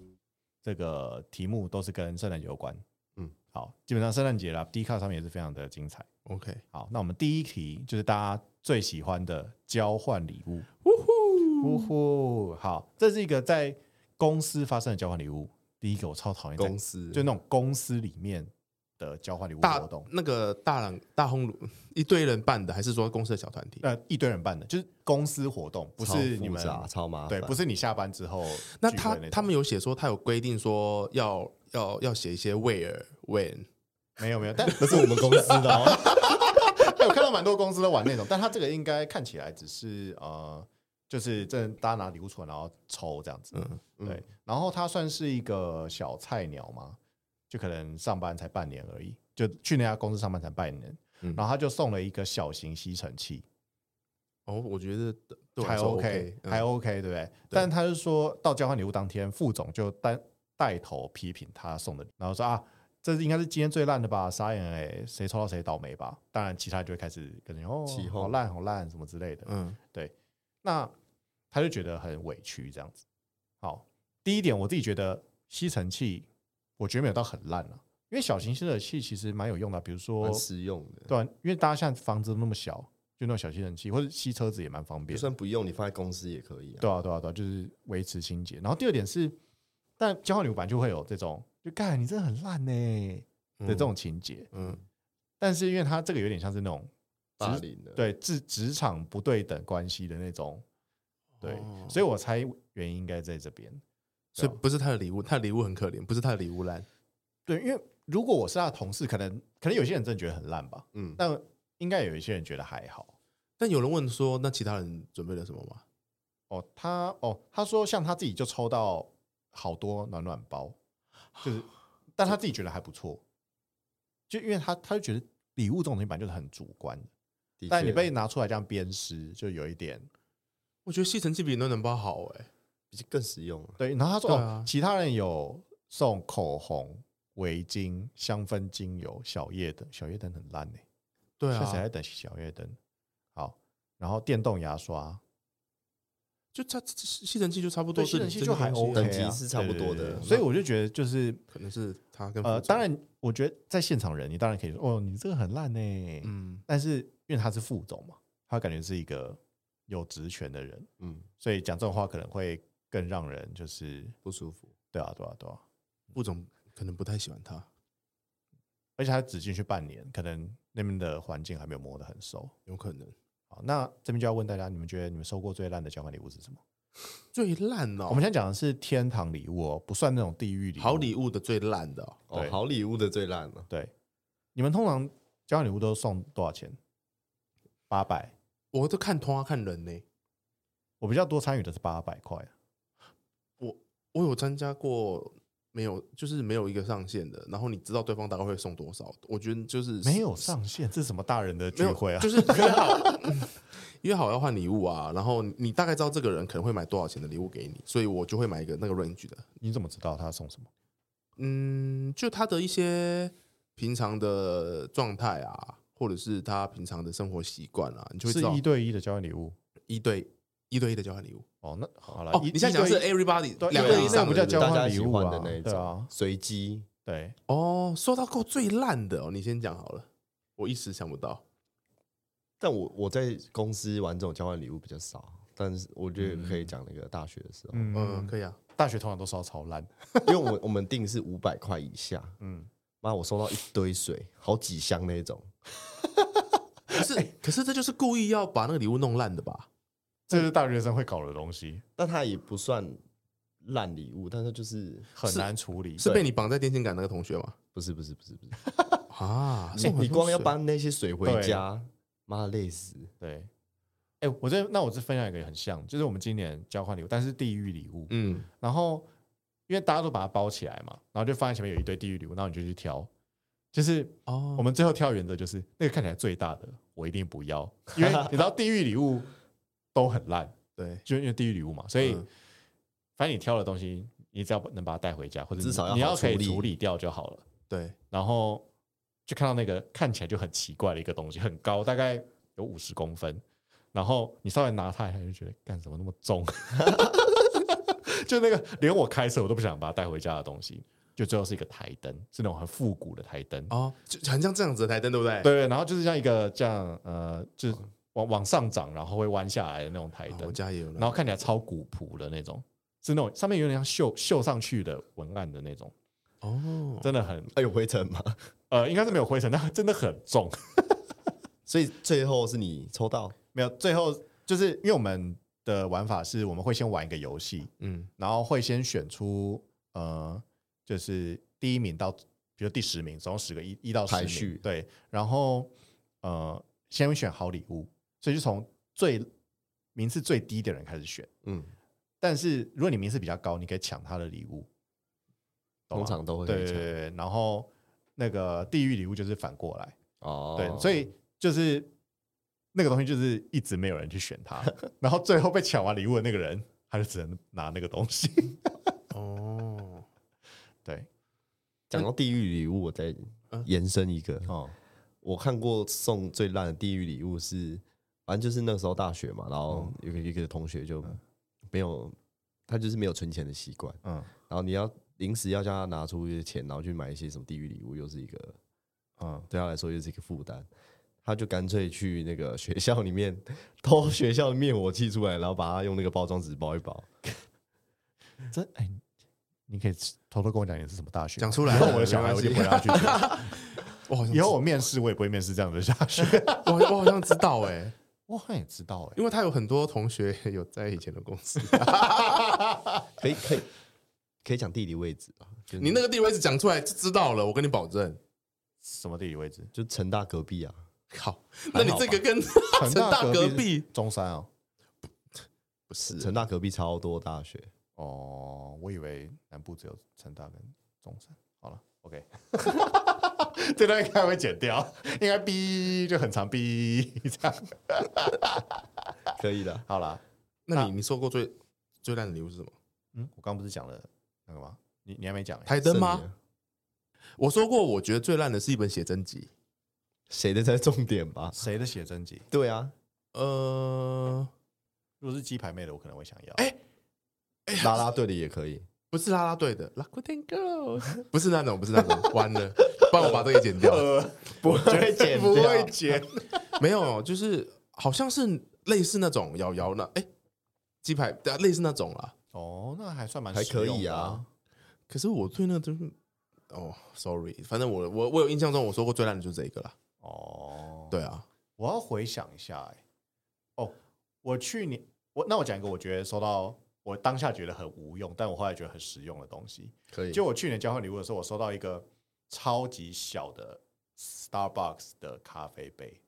S1: 这个题目都是跟圣诞节有关。嗯
S4: 嗯，
S1: 好，基本上圣诞节啦，低卡上面也是非常的精彩。
S2: OK，
S1: 好，那我们第一题就是大家最喜欢的交换礼物。呜呼，呜呼！好，这是一个在公司发生的交换礼物。第一个我超讨厌在
S4: 公司
S1: 就那种公司里面的交换礼物
S2: 大
S1: 活动，
S2: 那个大朗大轰炉一堆人办的，还是说公司的小团体？
S1: 呃，一堆人办的，就是公司活动，不
S4: 超
S1: 是
S4: 复
S1: 你们
S4: 杂超麻烦，
S1: 对，不是你下班之后聚会
S2: 那
S1: 那
S2: 他
S1: 种
S2: 他们有写说他有规定说要要要写一些 where when
S1: 没有没有，但
S4: 那是我们公司的 哦。
S1: 但我看到蛮多公司都玩那种，但他这个应该看起来只是呃，就是真的大家拿礼物出来然后抽这样子，
S2: 嗯
S1: 嗯，对。然后他算是一个小菜鸟嘛，就可能上班才半年而已，就去那家公司上班才半年，
S2: 嗯
S1: 然后他就送了一个小型吸尘器，
S2: 哦，我觉得对我来
S1: 还
S2: 说
S1: OK，
S2: 嗯
S1: 还 OK，对不对？但他就说到交换礼物当天，副总就单带头批评他送的，然后说啊，这应该是今天最烂的吧，傻眼哎、谁抽到谁倒霉吧。当然，其他人就会开始跟人哦
S4: 起，哄
S1: 好烂好烂什么之类的。
S2: 嗯
S1: 那他就觉得很委屈，这样子。好，第一点我自己觉得吸尘器我觉得没有到很烂了、因为小型吸尘器其实蛮有用的啊，比如说
S4: 蛮实用的。
S1: 对啊、因为大家现在房子都那么小，就那种小吸尘器或者吸车子也蛮方
S4: 就
S1: 便的。
S4: 算不用，你放在公司也可以啊。
S1: 对啊，对啊，对啊，就是维持清洁。然后第二点是，但交换礼物本来就会有这种，就干你真的很烂呢、的这种情节。
S2: 嗯，
S1: 但是因为它这个有点像是那种
S4: 霸凌的，
S1: 对职职场不对等关系的那种，对，
S2: 哦
S1: 所以我猜原因应该在这边。
S2: 所以
S1: 啊
S2: 不是他的礼物，他的礼物很可怜，不是他的礼物烂。
S1: 对，因为如果我是他的同事，可能可能有些人真的觉得很烂吧，
S4: 嗯，
S1: 但应该有一些人觉得还好。
S2: 但有人问说，那其他人准备了什么吗？
S1: 哦，他哦，他说像他自己就抽到好多暖暖包，就是，但他自己觉得还不错，就因为他他就觉得礼物这种东西本来就是很主观的，
S4: 的
S1: 但
S4: 确
S1: 你被拿出来这样鞭尸，就有一点
S2: 我觉得吸尘器比暖暖包好哎、
S4: 比更实用了。
S1: 对。然后他说、
S2: 对啊
S1: 哦，其他人有送口红、围巾、香氛精油、小夜灯，小夜灯很烂呢、
S2: 对
S1: 欸，现在谁
S2: 啊
S1: 在，等小夜灯？好，然后电动牙刷，
S2: 就它吸尘器就差不多
S1: 对，
S2: 是
S1: 吸
S2: 这
S1: 尘器
S2: 个东西啊，
S1: 就还 OK，、啊、
S4: 等级是差不多的
S1: 对对对所以我就觉得就是。
S2: 可能是他跟
S1: 呃，
S2: 服
S1: 当，
S2: 装
S1: 然，我觉得在现场人，你当然可以说，哦，你这个很烂呢、
S2: 嗯，
S1: 但是因为他是副总嘛，他感觉是一个有职权的人，
S4: 嗯，
S1: 所以讲这种话可能会更让人就是，
S4: 不舒服。
S1: 对啊，对啊，对啊。
S2: 副总可能不太喜欢他，
S1: 而且他只进去半年，可能那边的环境还没有摸得很熟。
S2: 有可能
S1: 好，那这边就要问大家，你们觉得你们收过最烂的交换礼物是什么？
S2: 最烂哦，
S1: 我们现在讲的是天堂礼物哦，不算那种地狱礼物。
S2: 好礼物的最烂的哦、
S4: 哦
S1: 对，
S4: 好礼物的最烂了，
S1: 对，你们通常交换礼物都送多少钱？八百。
S2: 我都看通啊看人呢、
S1: 我比较多参与的是八百块。
S2: 我有参加过。没有，就是没有一个上限的。然后你知道对方大概会送多少？我觉得就是
S1: 没有上限，这是什么大人的聚
S2: 没有
S1: 会啊？
S2: 就是 约好嗯 约好要换礼物啊，然后你大概知道这个人可能会买多少钱的礼物给你，所以我就会买一个那个 range 的，
S1: 你怎么知道他送什么？
S2: 嗯，就他的一些平常的状态啊，或者是他平常的生活习惯啊，你就会知
S1: 是
S2: 道
S1: 一对一的交换礼物
S2: 一对一对一的交换礼物。
S1: 哦。那好了，
S2: 哦，
S1: 一
S2: 你现在讲的
S1: 一对
S2: 是 everybody
S1: 对
S2: 两
S1: 一
S2: 个
S1: 对一
S2: 人以
S1: 那
S2: 上
S1: 不
S2: 的
S1: 叫交
S2: 对不对
S4: 啊大
S1: 换
S4: 家
S1: 礼
S4: 喜
S1: 物
S4: 欢
S1: 啊
S4: 的那一
S1: 对啊
S4: 种，随机
S1: 对，
S2: 哦，收到过最烂的哦，你先讲好了，我一时想不到。
S4: 但我我在公司玩这种交换礼物比较少，但是我觉得可以讲那个大学的时候，
S1: 嗯
S2: 嗯，
S1: 嗯，
S2: 可以啊，
S1: 大学通常都烧超烂，
S4: 因为我们我们定是五百块以下，
S1: 嗯，
S4: 妈，我收到一堆水，好几箱那种，
S2: 可是可是这就是故意要把那个礼物弄烂的吧？
S1: 这是大学生会搞的东西，
S4: 但它也不算烂礼物，但是就是
S1: 很难处理。
S2: 是被你绑在电线杆那个同学吗？
S4: 不是不是不是不是，
S2: 啊，
S3: 哎
S4: 欸
S2: 送
S1: 哎
S2: 很
S4: 你
S2: 多
S4: 光要
S2: 水
S4: 搬那些水回
S1: 啊
S4: 家，妈累死，
S1: 对，哎，我这那我这分享一个很像，就是我们今年交换礼物，但是地狱礼物，
S2: 嗯
S1: 然后因为大家都把它包起来嘛，然后就放在前面有一堆地狱礼物，然后你就去挑，就是
S2: 哦
S1: 我们最后挑的原则就是那个看起来最大的，我一定不要，因为你知道地狱礼物都很烂，
S2: 对
S1: 就因为地狱礼物嘛，所以、
S2: 嗯
S1: 反正你挑的东西，你只要能把它带回家，或者
S4: 至少
S1: 你
S4: 要
S1: 你要
S4: 好
S1: 可以
S4: 处理
S1: 处理掉就好了。
S2: 对，
S1: 然后就看到那个看起来就很奇怪的一个东西，很高，大概有五十公分，然后你稍微拿它一下就觉得干什么那么重， 就那个连我开车我都不想把它带回家的东西，就最后是一个台灯，是那种很复古的台灯。
S2: 哦，就很像这样子的台灯，对不对？
S1: 对，然后就是像一个这样，呃，就是往往上涨，然后会弯下来的那种台
S4: 哦
S2: 啊，
S1: 灯
S2: 我，家也有那
S1: 然后看起来超古朴的那种，是那种上面有点像绣绣上去的文案的那种，
S2: 哦，
S1: 真的很，
S4: 哎、有灰尘吗？
S1: 呃，应该是没有灰尘，但真的很重。
S4: 所以最后是你抽到，
S1: 没有，最后就是因为我们的玩法是，我们会先玩一个游戏，
S2: 嗯，
S1: 然后会先选出呃，就是第一名到，比如第十名，总共十个一一到十
S4: 排
S1: 名
S4: 序，
S1: 对，然后呃，先选好礼物，所以就从最名次最低的人开始选。
S4: 嗯，
S1: 但是如果你名次比较高，你可以抢他的礼物，
S4: 通
S1: 懂吗
S4: 常都会
S1: 对对
S4: 抢
S1: 对对，然后那个地狱礼物就是反过来，
S4: 哦，
S1: 对，所以就是那个东西就是一直没有人去选 它，然后最后被抢完礼物的那个人，他就只能拿那个东西。
S2: 哦，
S1: 对，
S4: 讲到地狱礼物，我再
S1: 嗯
S4: 延伸一个，
S1: 哦，
S4: 我看过送最烂的地狱礼物是，反正就是那时候大学嘛，然后
S1: 嗯
S4: 有个一个同学就没有，他就是没有存钱的习惯，
S1: 嗯，
S4: 然后你要
S3: 临时要叫他拿出一些钱，然后去买一些什么地狱礼物，又是一个，嗯，对他来说又是一个负担。他就干脆去那个学校里面偷学校的灭火器出来，然后把它用那个包装纸包一包。
S1: 真哎，你可以偷偷跟我讲你是什么大学，
S2: 讲哦出来
S1: 以后我的小孩我就不要去。
S2: 我好像
S1: 以后我面试我也不会面试这样的大学。
S2: 我好我好像知道哎、
S1: 我好像也知道哎，
S2: 因为他有很多同学有在以前的公司，
S3: 可以可以可以讲地理位置啊，就是
S2: 你那个地位置讲出来就知道了，我跟你保证。
S1: 什么地理位 置？
S3: 就成大隔壁啊，
S2: 好，那你这个跟
S1: 成
S2: 成大隔
S1: 隔
S2: 壁
S1: 是中山哦。
S2: 不
S1: 啊
S2: 是
S3: 成大隔壁超多大学，
S1: 哦，我以为南部只有成大跟中山。好了，OK，这段应该会剪掉，应该逼就很长逼这样。
S3: 可以的。
S1: 好了，
S2: 那你你收过最最烂的礼物是什么？
S1: 嗯，我刚不是讲了那个吗？你你还没讲欸
S2: 台灯
S3: 剩
S2: 吗
S3: 你？
S2: 我说过，我觉得最烂的是一本写真集。
S3: 谁的才是重点吧？
S1: 谁的写真集？
S3: 对啊，
S2: 呃，
S1: 如果是鸡排妹的，我可能会想要。
S2: 哎
S3: 啦啦队的也可以。
S2: 不是啦啦队的 l a k u t e n Girl，不是那种，不是那种，完了，帮我把这个剪掉。
S1: 不会
S3: 剪
S1: 不
S3: 掉
S1: 会剪。
S2: 没有，就是好像是类似那种瑶瑶那，哎、鸡排，对啊类似那种啦。
S1: 哦，那还算蛮
S3: 还可
S1: 实
S3: 以
S1: 用的
S3: 啊。
S2: 可是我对那就是，哦，sorry，反正我我我有印象中我说过最烂的就是这个啦。
S1: 哦，
S2: 对啊，
S1: 我要回想一下、欸，哦，我去年我那我讲一个，我觉得收到我当下觉得很无用，但我后来觉得很实用的东西。
S2: 可以
S1: 就我去年交换礼物的时候，我收到一个超级小的 Starbucks 的咖啡杯，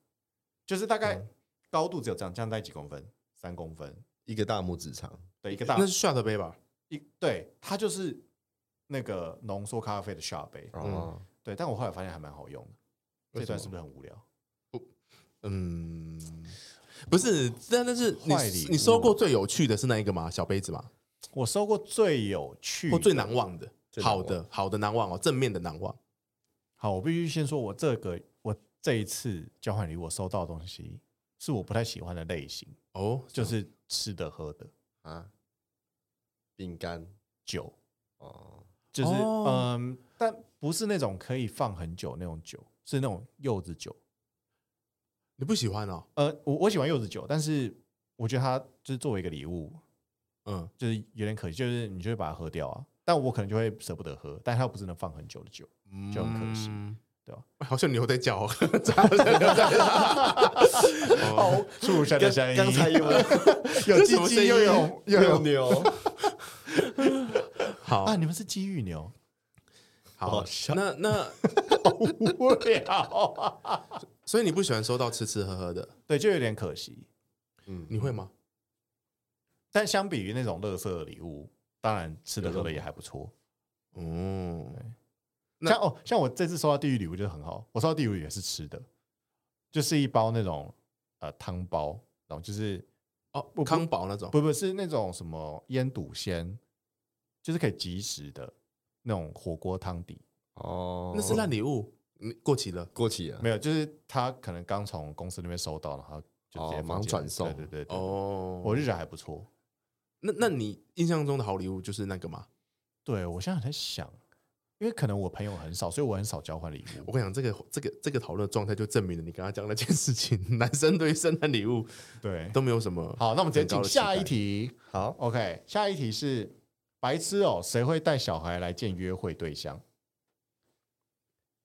S1: 就是大概
S2: 嗯
S1: 高度只有这样，这样大概几公分，三公分
S3: 一个大拇指长，
S2: 嗯
S1: 的一个大
S2: 那是 shot 杯吧？
S1: 一，对，它就是那个浓缩咖啡的下杯，
S3: 哦，
S1: 对，但我后来发现还蛮好用的。
S2: 为
S1: 这
S2: 什
S1: 段是
S2: 么
S1: 不是很无聊？
S2: 嗯，不是，但但是你
S1: 坏礼物
S2: 你收过最有趣的是那一个吗？小杯子吗？
S1: 我收过最有趣
S2: 或
S1: 的
S2: 最难忘的？
S3: 最难
S2: 好
S3: 忘
S2: 的，好的难忘哦，正面的难忘。
S1: 好，我必须先说，我这个我这一次交换礼物我收到的东西是我不太喜欢的类型，
S2: 哦，
S1: 就是吃的、喝的、
S3: 啊，饼干
S1: 酒，
S3: 哦，
S1: 就是嗯、
S2: 哦
S1: 但不是那种可以放很久那种酒，是那种柚子酒。
S2: 你不喜欢哦，
S1: 呃，我我喜欢柚子酒，但是我觉得它就是作为一个礼物，
S2: 嗯，
S1: 就是有点可惜，就是你就会把它喝掉啊。但我可能就会舍不得喝，但它又不是能放很久的酒。就很可惜
S2: 嗯
S1: 对吧？
S2: 好像牛在叫哦， 哦
S1: 畜生的声音，
S3: 刚才 有
S1: 有
S2: 什
S1: 鸡
S2: 么声
S1: 鸡
S2: 音
S1: 又 有又
S3: 六
S1: 有
S3: 牛，
S2: 好
S1: 啊！你们是鸡玉牛，
S2: 好，那那
S1: 无聊啊！
S2: 所以你不喜欢收到吃吃喝喝的，
S1: 对，就有点可惜。
S3: 嗯
S2: 你会吗？
S1: 但相比于那种垃圾的礼物，当然吃的喝的也还不错。
S2: 嗯，那
S1: 像哦，像我这次收到地狱礼物就很好，我收到地狱礼物也是吃的，就是一包那种呃汤包，然后就是
S2: 哦，康宝那种，
S1: 不不是那种什么腌笃鲜，就是可以即食的那种火锅汤底，
S3: 哦，
S2: 那是烂礼物，你过期了。
S3: 过期了
S1: 没，有，就是他可能刚从公司那边收到，然后就直接
S3: 哦
S1: 放
S3: 忙
S1: 进
S3: 转
S1: 来
S3: 送
S1: 对对对对，
S2: 哦，
S1: 我就觉得还不错。
S2: 那那你印象中的好礼物就是那个吗？
S1: 对我现在在想，因为可能我朋友很少，所以我很少交换礼物。
S2: 我跟你讲，这个这个这个讨论的状态就证明了你刚刚讲那件事情， 男生对于圣诞礼物
S1: 对，
S2: 都没有什么
S1: 好，那我们直接
S2: 很高
S1: 进
S2: 的
S1: 下
S2: 期
S1: 一
S2: 待
S1: 题。
S3: 好
S1: OK，下一题是白痴哦，谁会带小孩来见约会对象？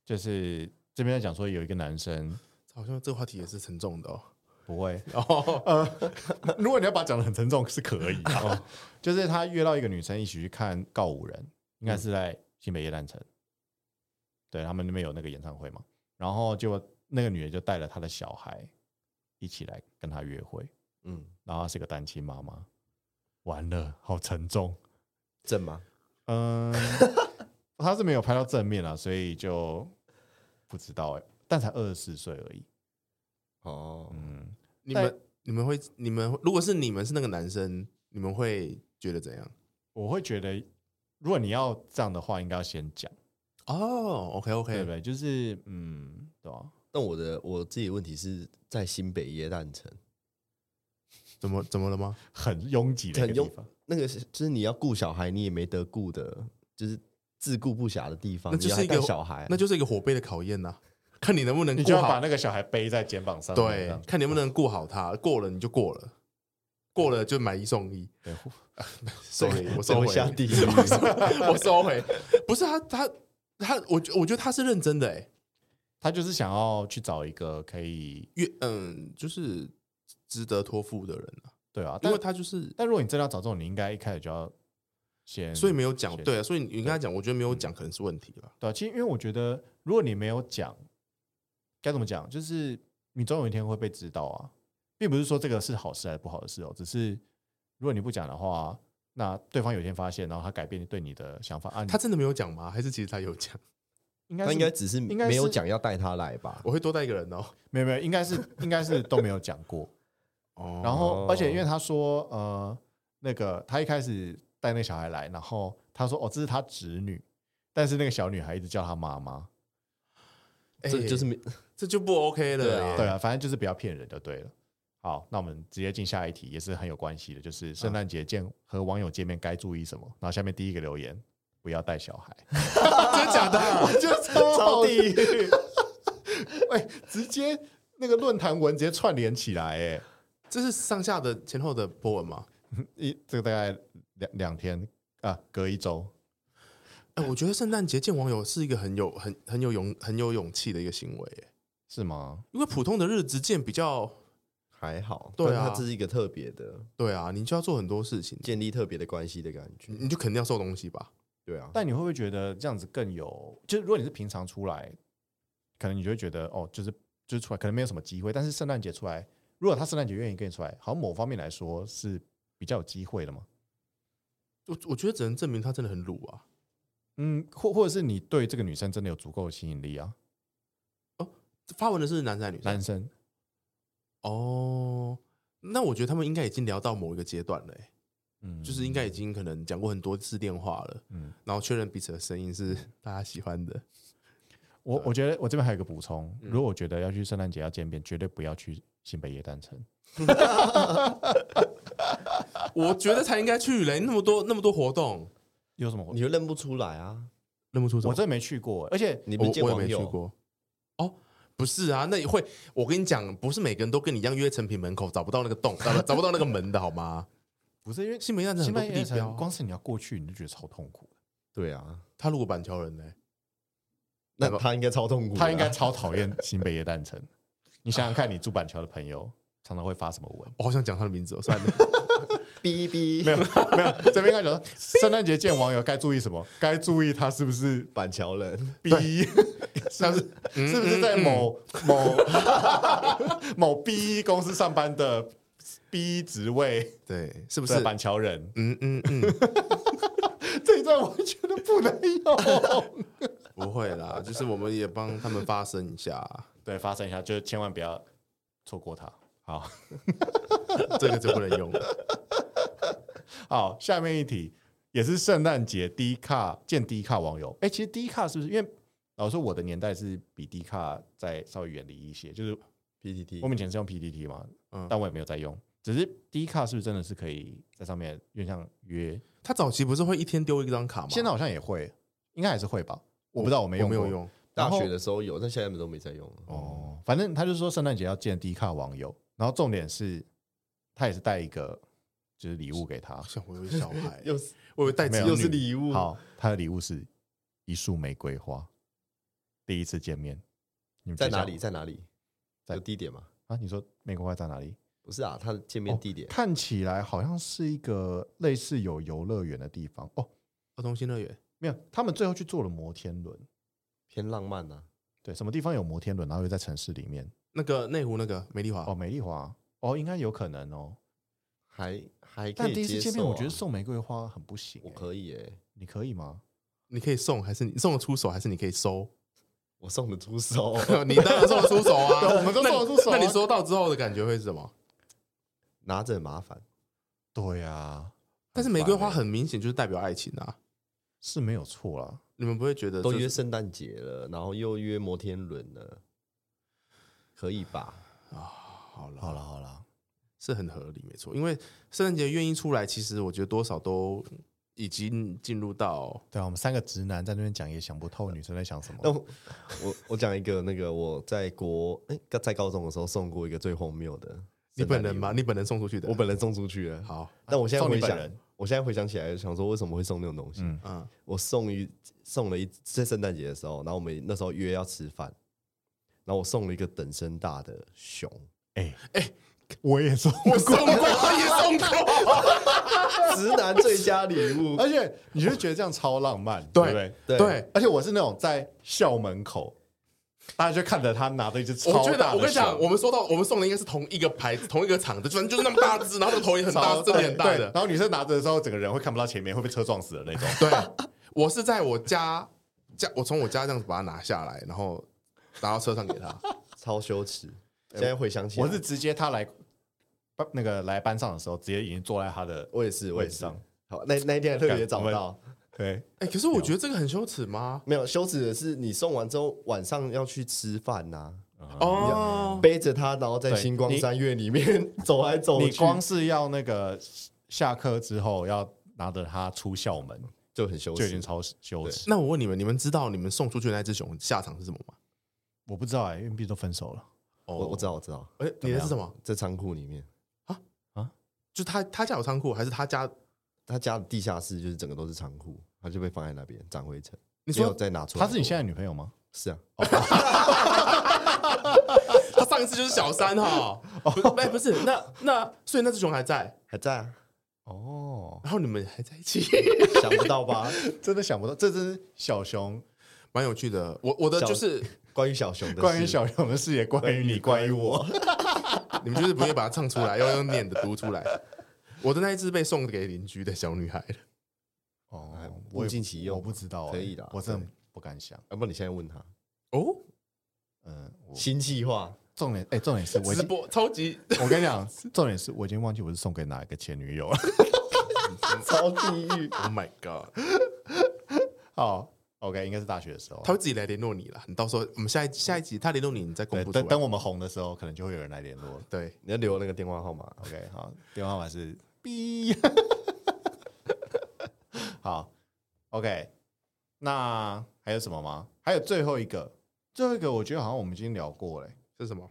S1: 就是这边在讲说有一个男生
S2: 好像这个话题也是沉重的哦。
S1: 不会，
S2: 哦，
S1: 呃，如果你要把它讲的很沉重是可以的、哦，就是他约到一个女生一起去看告五人，应该是在新北夜诞城，对他们那边有那个演唱会嘛，然后结果那个女的就带了她的小孩一起来跟他约会，
S3: 嗯，
S1: 然后她是个单亲妈妈，完了，好沉重。
S3: 正吗？
S1: 嗯，他是没有拍到正面啊，所以就不知道哎、但才二十四岁而已。
S3: 哦，
S1: 嗯，
S2: 你
S1: 但
S2: 们你们会你们会如果是你们是那个男生，你们会觉得怎样？
S1: 我会觉得，如果你要这样的话，应该要先讲，
S2: 哦，OK
S1: 对
S2: OK，
S1: 不对？就是嗯，对吧、
S3: 那我的我自己的问题是在新北耶诞城，
S2: 怎么怎么了吗？
S1: 很拥挤的一个
S3: 很
S1: 地
S3: 拥
S1: 方，
S3: 那个是就是你要顾小孩，你也没得顾的，就是自顾不暇的地方，
S2: 那就是
S3: 你还
S2: 一个
S3: 带小孩，啊
S2: 那就是一个火杯的考验呐、看你能不能
S1: 哎你就
S2: 过
S1: 要把
S2: 好，
S1: 那个嗯小孩背在肩膀上，这
S2: 对
S1: 样，
S2: 看你能不能过好它，过了你就过了，过了就买一送一。sorry，我 收
S3: 怎
S2: 回
S3: 么，下地狱？
S2: 我收回，不是他他他，我觉我觉得他是认真的哎、
S1: 他就是想要去找一个可以
S2: 越嗯就是值得托付的人啊，
S1: 对啊，
S2: 因
S1: 但
S2: 为他就是
S1: 但如果你真的要找这种，你应该一开始就要先，
S2: 所以没有讲
S1: 先
S2: 对啊，所以你跟他讲，我觉得没有讲可能是问题吧。
S1: 对啊、其实因为我觉得，如果你没有讲，该怎么讲，就是你总有一天会被知道啊，并不是说这个是好事还是不好的事哦，只是如果你不讲的话，那对方有一天发现，然后他改变对你的想法啊，
S2: 他真的没有讲吗？还是其实他有讲？
S1: 应该
S3: 他
S1: 是
S3: 应该只是
S1: 应该是
S3: 没有讲要带他来吧？
S2: 我会多带一个人哦。
S1: 没有没有，应该是应该是都没有讲 过。
S2: 哦
S1: 然后，而且因为他说，呃，那个他一开始带那个小孩来，然后他说，哦，这是他侄女，但是那个小女孩一直叫他妈妈。
S2: 哎
S3: 这就是没
S2: 这就不 OK 了耶。
S1: 对啊，反正就是不要骗人就对了。好，那我们直接进下一题，也是很有关系的，就是圣诞节见和网友见面该注意什么。然后下面第一个留言，不要带小 孩，
S2: 真的假 的？
S1: 就超好地狱。 喂，直接那个论坛文直接串联起来，哎，
S2: 这是上下的前后的波纹吗？
S1: 一这个大概两两天啊，隔一周。
S2: 哎，我觉得圣诞节见网友是一个很有很很有勇很有勇气的一个行为耶，
S1: 是吗？
S2: 因为普通的日子见比较
S3: 还好，
S2: 对啊
S3: 但他这是一个特别的
S2: 对啊，你就要做很多事情，
S3: 建立特别的关系的感觉
S2: 你，你就肯定要送东西吧？
S3: 对啊，
S1: 但你会不会觉得这样子更有？就是如果你是平常出来，可能你就会觉得哦，就是就是出来可能没有什么机会。但是圣诞节出来，如果他圣诞节愿意跟你出来，好像某方面来说是比较有机会的嘛。
S2: 我我觉得只能证明他真的很鲁啊。
S1: 嗯，或或者是你对这个女生真的有足够的吸引力啊？
S2: 发文的是男生还是女生？
S1: 男生
S2: 哦，那我觉得他们应该已经聊到某一个阶段了耶，欸
S1: 嗯，
S2: 就是应该已经可能讲过很多次电话了，
S1: 嗯，
S2: 然后确认彼此的声音是 大家喜欢的。
S1: 我我觉得我这边还有一个补充，如果我觉得要去圣诞节要见面，绝对不要去新北耶诞城。
S2: 我觉得才应该去嘞，那么多那么多活动，
S1: 有什么活？
S3: 你就认不出来啊。
S2: 认不出什
S1: 我
S2: 么。
S1: 真的没去过，而且
S3: 你不
S2: 我
S3: 是见
S2: 我也
S3: 网
S2: 没去
S3: 友，
S2: 过。哦，不是啊，那也会，我跟你讲，不是每个人都跟你一样约成品门口，找不到那个洞，找不找不到那个门的好吗？
S1: 不是因为
S2: 新北站很
S1: 新
S2: 多
S1: 北耶
S2: 地
S1: 诞
S2: 标
S1: 城，光
S2: 啊，
S1: 是你要过去你就觉得超痛苦。
S3: 对啊，
S2: 他如果板桥人呢？
S3: 那他应该超痛苦的啊，
S1: 他应该超讨厌新北耶 诞城。你想想看，你住板桥的朋友常常会发什么文？
S2: 我好想讲他的名字哦，算了，
S3: 哔哔
S1: 没有 没有，这边应该 讲说圣诞节见网友该注意什么？该注意他是不是
S3: 板桥人，
S1: 逼， 是不是是不是在某某 某 B 公司上班的 B 职位
S2: 对，是不是
S1: 的？板桥人？
S2: 嗯嗯嗯，
S1: 这一段我觉得不能用。
S2: 不会啦，就是我们也帮他们发声一 下，啊
S1: 对，发生一下，就是千万不要错过他。好。
S2: 这个就不能用了。
S1: 好，下面一题也是圣诞节低卡见低卡网友。哎、其实低卡是不是因为老实说我的年代是比低卡再稍微远离一些？就是
S3: PTT
S1: 我们以前是用 PPT 嘛，
S2: 嗯
S1: 但我也没有在用。只是低卡是不是真的是可以在上面越像约？
S2: 他早期不是会一天丢一张卡吗？
S1: 现在好像也会，应该还是会吧？我不知道，我没
S2: 我
S1: 用
S2: 没
S1: 过。
S2: 有用，
S3: 大学的时候有，但现在都没在用嗯了。
S1: 哦，反正他就说圣诞节要见低卡网友，然后重点是他也是带一个就是礼物给他
S2: 好。像我有小 孩，
S3: 又是
S2: 我有带子
S1: 没有
S3: 又是礼物，
S1: 好，他的礼物是一束玫瑰花。第一次见面，你们
S3: 在
S1: 觉得
S3: 哪
S1: 像
S3: 里？在哪里？
S1: 在
S3: 有地点吗？
S1: 啊？你说玫瑰花在哪里？
S3: 不是啊，他的见面地点
S1: 哦看起来好像是一个类似有游乐园的地方哦。
S2: 儿童新乐园，
S1: 没有，他们最后去坐了摩天轮。
S3: 偏浪漫啊呐。
S1: 对，什么地方有摩天轮，然后又在城市里面？
S2: 那个内湖那个美丽华
S1: 哦，美丽华哦，应该有可能哦。
S3: 还还可
S1: 但
S3: 以
S1: 第一次
S3: 接
S1: 见面，
S3: 受啊
S1: 我觉得送玫瑰花很不行、
S3: 我
S1: 以，
S3: 可以诶，
S1: 你可以吗？
S2: 你可以送，还是你送得出手，还是你可以收？
S3: 我送得 出手，
S2: 你当然送得出手啊，
S1: 对我们都
S2: 那你
S1: 送得出手啊
S2: 那你收到之后的感觉会是什么？
S3: 拿着很麻烦。
S1: 对呀、啊，
S2: 但是玫瑰花很明显就是代表爱情啊，
S1: 是没有错啦。
S2: 你们不会觉得
S3: 都
S2: 这
S3: 约
S2: 是
S3: 圣诞节了，然后又约摩天轮了，可以吧？
S2: 好了，
S1: 好了好了，
S2: 是很合理，没错。因为圣诞节愿意出来，其实我觉得多少都已经进入到
S1: 对啊，我们三个直男在那边讲也想不透女生在想什么。
S3: 那我我我讲一个那个我在国哎、在高中的时候送过一个最荒谬的，
S2: 你本人吗？你本人送出去的？
S3: 我本人送出去了。
S2: 好，
S3: 啊但我现在
S1: 送你
S3: 回
S1: 本
S3: 想
S1: 人，
S3: 我现在回想起来，想说为什么会送那种东西？
S1: 嗯
S2: 嗯，
S3: 我送一送了一在圣诞节的时候，然后我们那时候约要吃饭，然后我送了一个等身大的 熊，
S1: 哎我也说，
S2: 哎我送 过，我也送过，
S3: 直男最佳礼物。
S1: 而且你就觉得这样超浪漫， 对
S2: 对
S1: 不对？
S3: 对，
S2: 对。
S1: 而且我是那种在校门口，大家就看着他拿着一只
S2: 我
S1: 超
S2: 觉
S1: 大
S2: 得，
S1: 的
S2: 我跟你讲，
S1: 手
S2: 我们收到，我们送的应该是同一个牌子、同一个厂的，反正就是那么大只，然后那个头也很大，
S1: 超
S2: 真的很大
S1: 对
S2: 的。哎
S1: 然后女生拿着的时候，整个人会看不到前面，会被车撞死的那种。
S2: 对，我是在我家家，我从我家这样子把它拿下来，然后拿到车上给他。
S3: 超羞耻。现在回想起来，
S1: 我是直接他来班那个来班上的时候，直接已经坐在他的
S3: 我也是，我
S1: 位
S3: 也
S1: 置
S3: 是。
S1: 上。
S3: 好，那那一天还特别早到，
S1: 对，
S2: 哎、可是我觉得这个很羞耻吗？
S3: 没有羞耻的是你送完之后晚上要去吃饭呐、
S2: 哦，
S3: 背着它，然后在
S1: 对
S3: 星光
S1: 你
S3: 三月里面走来走去，
S1: 你光是要那个下课之后要拿着它出校门，
S3: 就很羞
S1: 就已经
S3: 耻。
S1: 超羞耻。
S2: 那我问你们，你们知道你们送出去的那只熊下场是什么吗？
S1: 我不知道哎、因为毕竟都分手了。
S2: 哦
S3: 我我知道，我知道，
S2: 哎、你的是什么？
S3: 在仓库里面，
S2: 就他他家有仓库，还是他家？
S3: 他家的地下室就是整个都是仓库，他就被放在那边长灰尘，
S2: 你
S3: 没有
S2: 说
S3: 再拿出来
S1: 她
S3: 过。
S1: 是你现在女朋友吗？
S3: 是啊，
S2: 他上一次就是小三哈？不是，哎，不是，那那所以那只熊还在，
S3: 还在啊，
S1: 哦，
S2: 然后你们还在 一起，
S3: 想不到吧？
S1: 真的想不到，这只小熊，
S2: 蛮有趣的。我我的就是
S3: 关于小熊的事，
S1: 关于小熊的事也关于你，关于 我。
S2: 你们就是不会把它唱出来， 要用念的读出来。我的那一只被送给邻居的小女孩了。
S1: 哦
S3: 哎
S1: 我
S3: 物
S1: 也
S3: 尽其用
S1: 我不知道、哎
S3: 可以的
S1: 我真的
S3: 对
S1: 不敢想。
S3: 要不然你现在问他
S2: 哦，
S1: 嗯，我
S3: 新计划，
S1: 重点哎、重点是我已
S2: 直
S1: 经，
S2: 播超级
S1: 我跟你讲，重点是我已经忘记我是送给哪一个前女友了。
S3: 超地狱
S2: ，Oh my god！
S1: 好，OK，应该是大学的时候。
S2: 他会自己来联络你了。你到时候我们下一下一集他联络你，你再公
S1: 对，
S2: 布出
S1: 等等
S2: 来。
S1: 我们红的时候，可能就会有人来联络了。
S2: 对，
S3: 你要留那个电话号码。
S1: OK，好，电话号码是 B。好，OK，那还有什么吗？还有最后一个，最后一个我觉得好像我们已经聊过嘞、欸
S2: 是什么？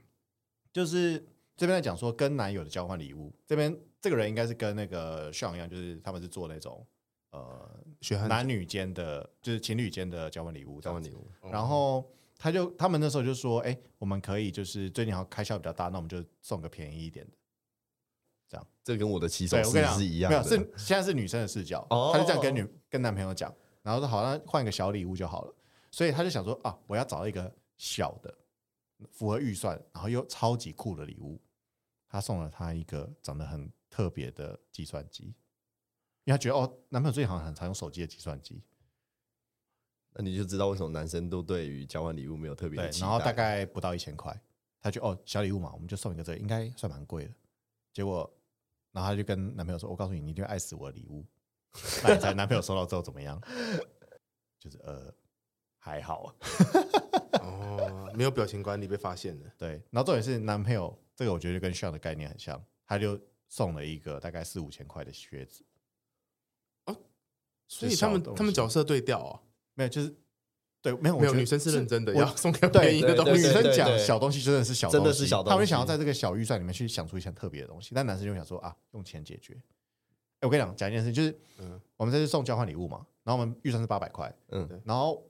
S1: 就是这边在讲说跟男友的交换礼物，这边这个人应该是跟那个像一样，就是他们是做那种呃
S2: 血汗
S1: 男女间的，就是情侣间的交换礼物，
S3: 交换
S1: 物。
S3: 礼物，哦
S1: 然后他就他们那时候就说，哎、我们可以就是最近好像开销比较大，那我们就送个便宜一点的。
S3: 这跟我的起手
S1: 对，我跟
S3: 式
S1: 你讲
S3: 是一样
S1: 没有
S3: 的。
S1: 是现在是女生的视角，
S3: 哦
S1: 她就这样跟女跟男朋友讲，然后说好，那换个小礼物就好了。所以她就想说啊，我要找一个小的，符合预算，然后又超级酷的礼物。她送了她一个长得很特别的计算机，因为她觉得哦，男朋友最近好像很常用手机的计算机，
S3: 那你就知道为什么男生都对于交换礼物没有特别
S1: 对
S3: 的，啊期待。
S1: 然后大概不到一千块，她就哦小礼物嘛，我们就送一个这个，应该算蛮贵的。结果，然后她就跟男朋友说：“我告诉你，你一定会爱死我的礼物。”那你猜男朋友收到之后怎么样？ 就是呃还好，
S2: 哦，没有表情管理被发现了。
S1: 对。然后重点是男朋友这个，我觉得就跟 Sean 的概念很像，他就送了一个大概四五千块的靴子，
S2: 哦所以
S1: 是
S2: 他
S1: 小
S2: 们
S1: 东西
S2: 他们角色对调啊，
S1: 没有，就是对，没有，我
S2: 没有
S1: 觉得
S2: 女生是认真的，
S1: 我
S2: 要送给
S1: 对
S2: 便宜的东
S1: 女
S2: 西。
S1: 生
S3: 对
S1: 讲
S3: 对
S1: 小东西真的是小东西，
S3: 真的是小东西
S1: 他们想要在这个小预算里面去想出一些很特别的东西，但男生就想说啊，用钱解决。哎我跟你讲，讲一件事，就是
S2: 嗯
S1: 我们这次送交换礼物嘛，然后我们预算是八百块，
S3: 嗯
S2: 对
S1: 然后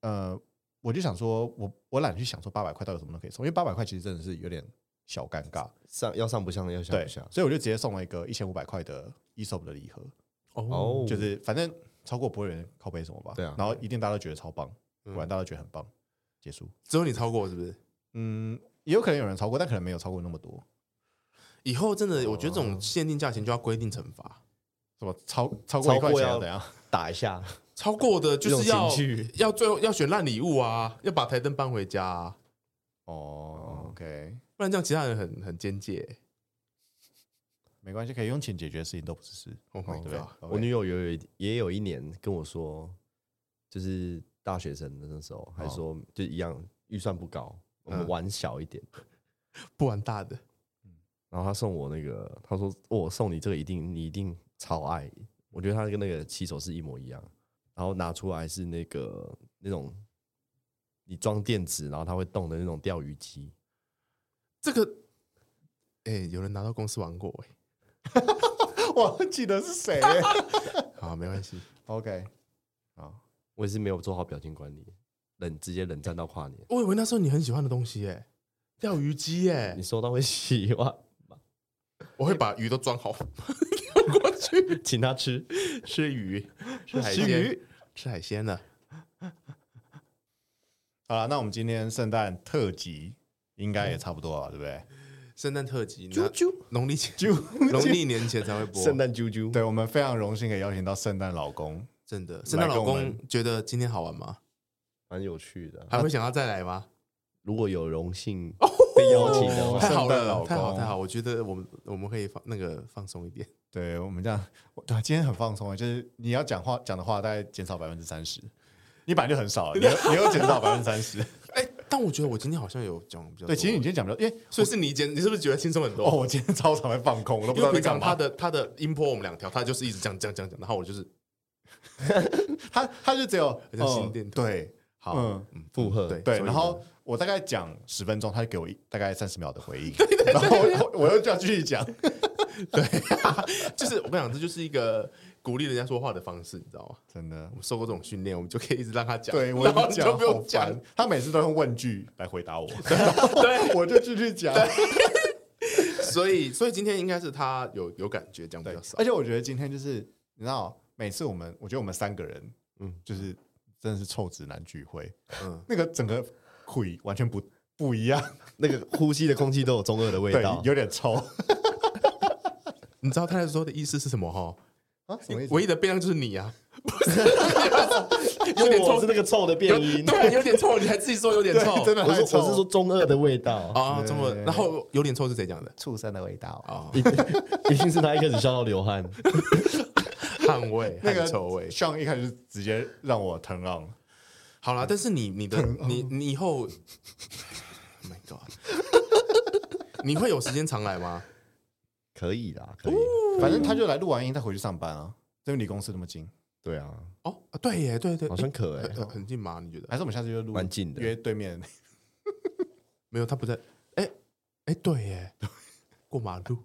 S1: 呃，我就想说，我我懒得去想说八百块到底有什么都可以送，因为八百块其实真的是有点小尴尬，
S3: 上要上不上要下
S1: 对，
S3: 不
S1: 所
S3: 下，
S1: 以我就直接送了一个一千五百块的 ESOP 的礼盒，
S2: 哦，
S3: 哦，
S1: 就是反正超过不会有人靠背什么吧，
S3: 对啊
S1: 然后一定大家都觉得超棒，
S2: 嗯
S1: 果然大家都觉得很棒，结束。
S2: 只有你超过是不是？
S1: 嗯，也有可能有人超过，但可能没有超过那么多，
S2: 以后真的，我觉得这种限定价钱就要规定惩罚，
S1: 是吧？超超过一块
S3: 超过
S1: 钱要
S3: 要
S1: 怎样？
S3: 打一下，
S2: 超过的就是要
S3: 这种情绪
S2: 要最后要选烂礼物啊，要把台灯搬回家啊，
S3: 嗯
S1: 哦，OK，
S2: 不然这样其他人很很奸介。
S1: 没关系，可以用钱解决的事情都不是事，
S2: Oh my
S1: 哦对不对
S2: god！
S3: 哦啊我女友有有也有一年跟我说，就是大学生的那时候，还说就一样预算不高，我们
S2: 嗯
S3: 玩小一点。
S2: 不玩大的，
S3: 哦然后她送我那个，她说我送你这个一定你一定超爱，我觉得他跟那个骑手是一模一样，然后拿出来是那个那种你装电池，然后它会动的那种钓鱼机，
S2: 这个，哎、有人拿到公司玩过哎、
S1: 我记得是谁耶
S2: 好，没关系，哦
S1: ？OK，
S3: 我也是没有做好表情管理，冷直接冷战到跨年。
S2: 我以为那时候你很喜欢的东西哎、钓鱼机哎、
S3: 你收到会喜 欢，
S2: 我会把鱼都 装好，
S3: 请他吃。
S2: 吃鱼，吃海
S1: 吃
S2: 鲜
S1: 鱼，
S2: 吃海鲜啊呢。
S1: 好了，那我们今天圣诞特辑应该也差不多了，对不对？
S2: 圣诞特辑，那农 历前，
S1: 就
S2: 农历年前才会播。
S3: 圣诞啾啾，
S1: 对我们非常荣幸可以邀请到圣诞老公，
S2: 真的，圣诞
S1: 来跟
S2: 老
S1: 我们啊
S2: 公觉得今天好玩吗？
S3: 蛮有趣的。啊
S2: 还会想要再来吗？
S3: 如果有荣幸被邀请的
S1: 哦
S3: 话，
S2: 太 好
S1: 圣诞老公
S2: 了，太好太好，我觉得我们我们可以放那个放松一点。
S1: 对我们这样，对，今天很放松啊，就是你要讲话讲的话大概减少百分之三十，你本来就很少了，啊你又你又减少百分之三 十，
S2: 哎，但我觉得我今天好像有讲比较多
S1: 对，其实你今天讲的，因为
S2: 所以是你今天你是不是觉得轻松很
S1: 哦，
S2: 多？
S1: 我今天超常在放空，我都不
S2: 因
S1: 知道在
S2: 为平
S1: 干
S2: 常他
S1: 嘛。
S2: 的他的音波我们两条，他就是一直这样这样这样讲，然后我就是
S1: 他他就只有
S2: 像
S1: 嗯
S2: 心电图
S1: 对，
S2: 好，
S1: 嗯
S2: 嗯，
S3: 附和
S2: 对
S1: 对，
S2: 所以
S1: 然后我大概讲十分钟，他就给我一大概三十秒的 回应，然后我我又就要继续讲，
S2: 就是我跟你讲，这就是一个鼓励人家说话的方式，你知道吗？
S1: 真的
S2: 我，们受过这种训练，我们就可以一直让他讲，
S1: 对我
S2: 然后你
S1: 讲
S2: 就不
S1: 好
S2: 用
S1: 烦
S2: 讲，
S1: 他每次都用问句来回答我，
S2: 对，
S1: 我就继续讲。
S2: 所以所以今天应该是他有有感觉讲比
S1: 对
S2: 较，少
S1: 而，且我觉得今天就是你知道，每次我们我觉得我们三个人，嗯
S3: 嗯，
S1: 就是真的是臭直男聚会，
S2: 嗯，
S1: 那个整个会完全不不一样，
S3: 那个呼吸的空气都有中二的味
S1: 对
S3: 道，。
S1: 有点臭
S2: 啊你知道他那时候的意思是什么哈？
S1: 啊，什么意思？
S2: 唯一的变量就是你 啊，
S3: 有点臭，是那个臭的变音。
S2: 对，有点臭，你还自己说有点臭，
S1: 真的
S3: 我
S1: 太
S3: 是
S1: 臭，
S3: 我是说中二的味道，
S2: 啊，这么然后有点臭是谁讲的？
S1: 畜生的味道。
S2: 啊，
S3: 一定是他一开始笑到流汗。
S2: 汗味、
S1: 那个
S2: 汗臭味。
S1: 像哦一开始直接让我 turn on，
S2: 好啦，但是你你的你
S1: 嗯
S2: 你以后，Oh，My God，你会有时间常来吗？
S3: 可以 啦，可以。
S1: 反正他就来录完音，他回去上班啊，因为离公司那么近，
S3: 对啊，
S2: 哦，啊对耶，对对，
S3: 好
S2: 诶
S3: 像可哎
S2: 很，很很近吗？你觉得？
S1: 还是我们下次就录
S3: 蛮近的
S1: 约对面。
S2: 没有，他不在。哎哎，对耶，过马路。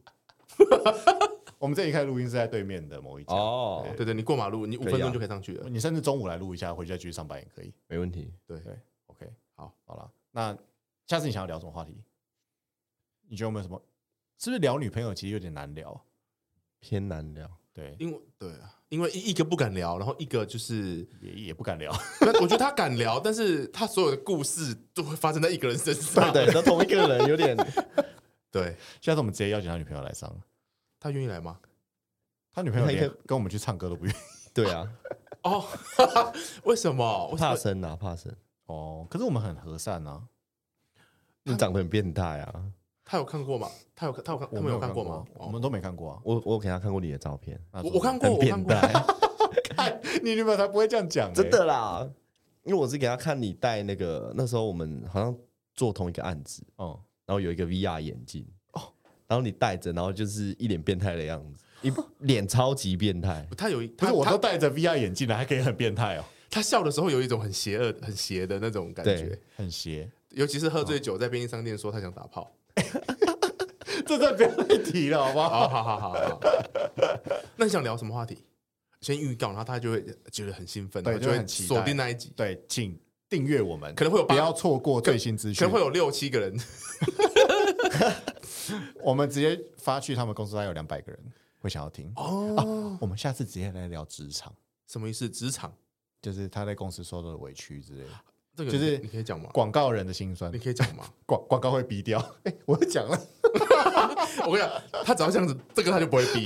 S1: 我们这一开始录音是在对面的某一家，
S3: 哦，
S2: 对对，你过马路，你五
S3: 可以
S2: 分钟
S3: 啊
S2: 就可以上去了。
S1: 你甚至中午来录一下，回去再继续上班也可以。
S3: 没问题。
S2: 对，
S1: OK，
S2: 好，
S1: 好了，那下次你想要聊什么话题？你觉得有没有什么？是不是聊女朋友其实有点难聊？
S3: 偏难聊，
S1: 对，
S2: 因为对啊，因为一一个不敢聊，然后一个就是，
S1: 也也不敢聊。
S2: 那我觉得他敢聊，但是他所有的故事都会发生在一个人身上。
S3: 对，都同一个人有 点。
S2: 对，
S1: 下次我们直接邀请他女朋友来上，
S2: 他愿意来吗？
S1: 他女朋友
S3: 他应该
S1: 连跟我们去唱歌都不愿意。
S3: 对啊，
S2: 哦，为什么？我
S3: 怕生啊，怕生。
S1: 哦，可是我们很和善啊，
S3: 你长得很变态啊！
S2: 他有看过吗？他有他有看他
S1: 我
S2: 们
S1: 没
S2: 有
S1: 看
S2: 看过吗？哦
S1: 我们都没看过啊。
S3: 我我有给他看过你的照片，
S1: 那
S2: 我
S1: 怎么
S2: 我看过，
S3: 很
S2: 我看
S3: 变
S2: 过。
S3: 态，
S1: 看， 你女朋友才不会这样讲、欸，
S3: 真的啦。因为我是给他看你戴那个，那时候我们好像做同一个案子，
S1: 哦。
S3: 然后有一个 VR 眼镜哦，然后你戴着，然后就是一脸变态的样子，一脸超级变态。
S2: 他有一
S1: 不
S2: 他
S1: 是，我
S2: 他
S1: 都戴着 VR 眼镜了，还可以很变态哦，
S2: 他笑的时候有一种很邪恶、很邪的那种感觉
S3: 对，
S1: 很邪。
S2: 尤其是喝醉酒在便利商店说他想打炮。
S1: 这这不要再提了，好不好？
S2: 好好好好好。 那你想聊什么话题？先预告，然后他就会觉得很兴奋，
S1: 对
S2: 然后
S1: 就会
S2: 会
S1: 很期待
S2: 锁定那一集，
S1: 对，请订阅我们，
S2: 可能会有
S1: 不
S2: 八
S1: 要错过最新资
S2: 可
S1: 讯
S2: 能。会有六七个人。
S1: 我们直接发去他们公司，大概有两百个人会想要听。
S2: 哦，
S1: 我们下次直接来聊职场，
S2: 什么意思？职场
S1: 就是他在公司受到的委屈之类的，
S2: 这个
S1: 就是
S2: 你可以讲吗？
S1: 广告人的辛酸
S2: 你，可以讲 吗？
S1: 广广告会逼掉。 哎、我又讲了，
S2: 我跟你讲，他只要这样子，这个他就不会逼。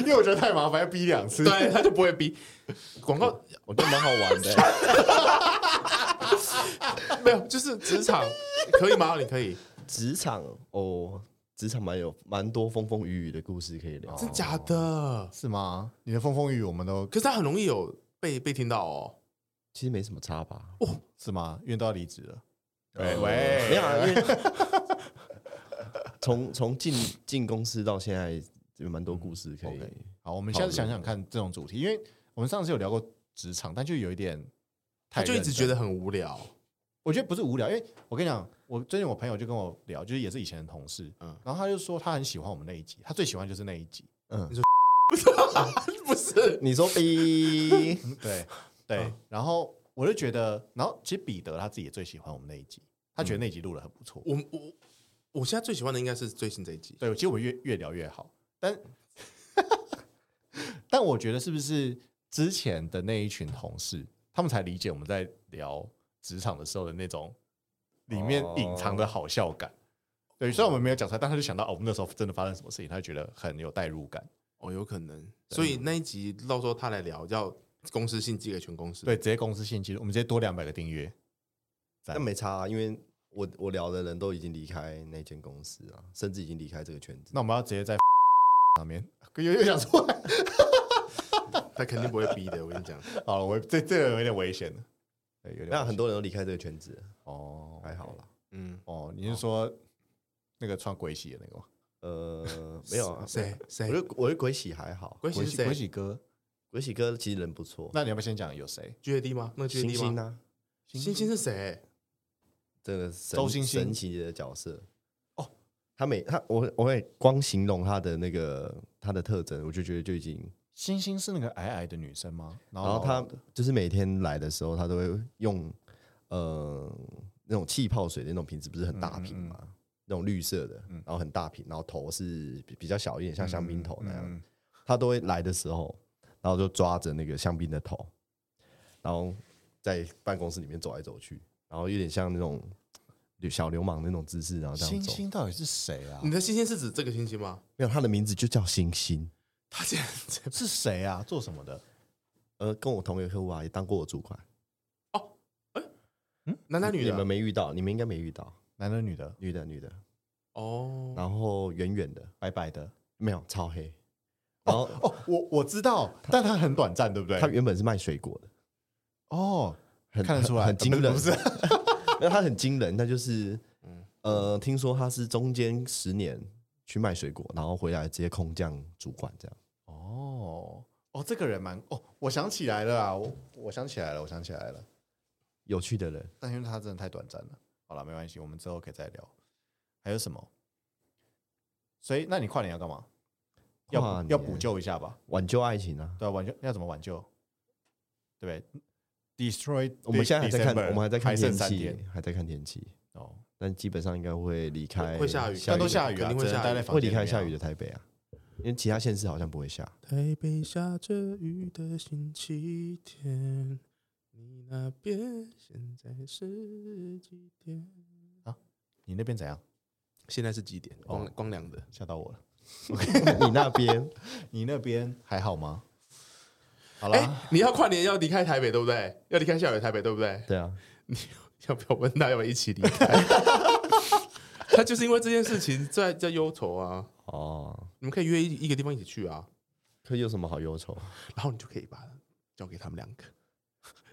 S1: 因为我觉得太麻烦，要逼两次。
S2: 对，他就不会逼。广告
S3: 我觉得蛮好玩的，
S2: 没有，就是职场可以吗？你可以，
S3: 职场哦，职场蛮有蛮多风风雨雨的故事可以聊。
S2: 真假的？
S1: 是吗？你的风风雨雨我们都
S2: 可是他很容易有被被听到哦。
S3: 其实没什么差吧？
S1: 是吗？因为都要离职了。哦
S3: 呃
S1: 喂
S3: 没有啊， 因为从从进进公司到现在有蛮多故事可以
S1: OK 好，我们下次想想看这种主题，因为我们上次有聊过职场，但就有一点太
S2: 他就一直觉
S1: 认真
S2: 得很无聊。
S1: 我觉得不是无聊，因为我跟你讲，我最近我朋友就跟我聊，就是也是以前的同事，
S2: 嗯
S1: 然后他就说他很喜欢我们那一集，他最喜欢就是那一 集，
S2: 不是，
S3: 你说 B，
S2: 嗯
S1: 对对，然后我就觉得，然后其实彼得他自己也最喜欢我们那一集，他觉得那一集录的很不错，
S2: 我我我现在最喜欢的应该是最新这一集。
S1: 对，其实我们越越聊越好，但 但我觉得是不是之前的那一群同事，他们才理解我们在聊职场的时候的那种里面
S3: 哦
S1: 隐藏的好笑感。对，虽然我们没有讲出来，但他就想到哦，我们那时候真的发生什么事情，他就觉得很有代入感。
S2: 哦，有可能。所以那一集到时候他来聊，叫公司信寄给全公司。
S1: 对，，直接公司信息，我们直接多两百个订阅。
S3: 但没差、啊，因为我我聊的人都已经离开那间公司啊，甚至已经离开这个圈子。
S1: 那我们要直接在 上面又又想出来，
S2: 他肯定不会逼的。我跟你讲，
S1: 好了，我这这个有点危险了，对，有点
S3: 那
S1: 危
S3: 很
S1: 险
S3: 多人都离开这个圈子，
S1: 哦，
S3: 还好啦。
S2: 嗯，
S1: 哦，你是说那个穿鬼洗的那个吗？
S3: 呃，没有、啊，
S2: 谁谁
S3: 我觉得我觉得鬼喜还好，
S2: 鬼喜是
S1: 鬼
S2: 谁
S1: 洗哥，
S3: 鬼喜哥其实人不错。
S1: 那你要不要先讲有谁？
S2: ？G A D 吗？那 G A
S3: 星
S2: D
S3: 星啊
S2: 吗？
S3: 呢？
S2: 星星是谁？
S3: 真的神
S1: 周星星
S3: 神奇的角色
S1: 哦
S3: 哦。他每他我我会光形容他的那个他的特征，我就觉得就已经。
S1: 星星是那个矮矮的女生吗？然
S3: 然
S1: 老
S3: 后他
S1: 老的
S3: 就是每天来的时候，他都会用呃那种气泡水的那种瓶子，不是很大
S1: 嗯
S3: 瓶嘛，那种绿色的，然后很大瓶，然后头是比比较小一点，像香槟头那样。
S1: 嗯嗯
S3: 他都会来的时候，然后就抓着那个香槟的头，然后在办公室里面走来走去，然后有点像那种小流氓那种姿势，然后这样
S1: 星
S3: 走。嗯
S1: 星到底是谁啊
S2: 你？的星星是指这个星星吗？
S3: 没有，他的名字就叫星星。
S2: 他竟然
S1: 是谁啊？做什么的？
S3: 呃，跟我同一个客户啊，也当过我主管。
S2: 男男女
S3: 你们
S2: 的？啊
S3: 没遇到，你们应该没遇到，
S1: 男的女的？
S3: 女的女的，
S2: 哦，
S3: 然后远远的，
S1: 白白的？
S3: 没有超黑。然后
S1: 哦，我我知道，但他很短暂，对不对
S3: 他？原本是卖水果的，
S1: 哦，
S3: 很
S1: 看得出来，
S3: 很很惊
S1: 呃
S3: 人，
S1: 不是？不是嗯
S3: 没有他很惊人，他就是，呃，听说他是中间十年去卖水果，然后回来直接空降主管这样。
S1: 哦哦，这个人蛮哦，我想起来了啊，我我想起来了，我想起来了，
S3: 有趣的人，
S1: 但因为他真的太短暂了。好了，没关系，我们之后可以再聊。还有什么？所以，那你跨年要干嘛？要
S3: 跨
S1: 补
S3: 年
S1: 要补救一下吧？
S3: 挽救爱情啊！
S1: 对啊，挽救要怎么挽救？对不对？Destroy，
S3: 我们现在还在看，
S1: December，
S3: 我们还在看
S1: 还剩
S3: 天
S1: 三
S3: 气
S1: 天，
S3: 还在看天气，
S1: 哦，
S3: 但基本上应该会离开，
S2: 会下雨
S1: 但都
S3: 的
S1: 下雨
S2: 肯
S1: 啊，
S2: 定会
S1: 只能
S2: 下
S1: 待
S2: 雨
S1: 在
S3: 会
S1: 房
S3: 离
S1: 间里
S3: 开
S1: 面
S3: 下
S1: 啊
S3: 雨的台北啊，因为其他县市好像不 会下。
S2: 台北下着雨的星期天，你那边现在是几点？
S1: 你那边怎样？
S2: 现在是几点？光光良的
S1: 吓到我了。
S3: 你那边
S1: 你那边还好吗？好
S2: 哎、
S1: 啦，
S2: 你要跨年要离开台北对不对？ 要离开下雨的台北对不对？
S3: 对啊，
S2: 要不要问他要不要一起离 开？他就是因为这件事情在在忧愁啊。
S3: 哦，
S2: 你们可以约一一个地方一起去啊，
S3: 可有什么好忧愁？
S2: 然后你就可以把交给他们两个，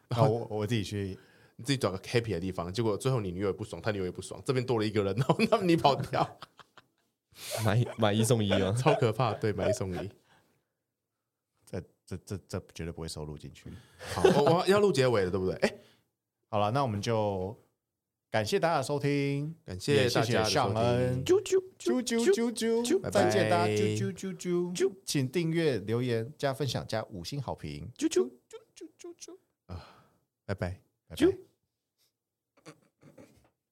S1: 那我我自己去，
S2: 你自己找个 happy 的地方。结果最后你女友也不爽，他女友也不爽，这边多了一个人，然后那你跑掉，，
S3: 买买一送一哦
S2: 超可怕。对，买一送一。
S1: 这这这这绝对不会收录进去。
S2: 好，我我要录结尾了，对不对？哎、
S1: 好了，那我们就感谢大家的收听，
S2: 感
S1: 也谢
S2: 谢大
S1: 谢
S2: 家的收
S1: 尚恩，
S2: 听，
S1: 啾啾啾啾啾啾，
S2: 拜
S1: 再见大家，
S2: 拜
S1: 啾啾啾啾啾，请订阅、留言、加分享、加五星好评，啾啾啾啾啾啾，
S2: 拜拜。
S1: 拜拜
S2: 啾。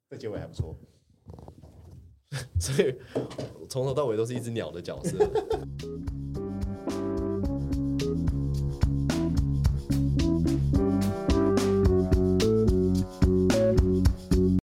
S1: 这结尾还不错。
S3: 所以从头到尾都是一只鸟的角色。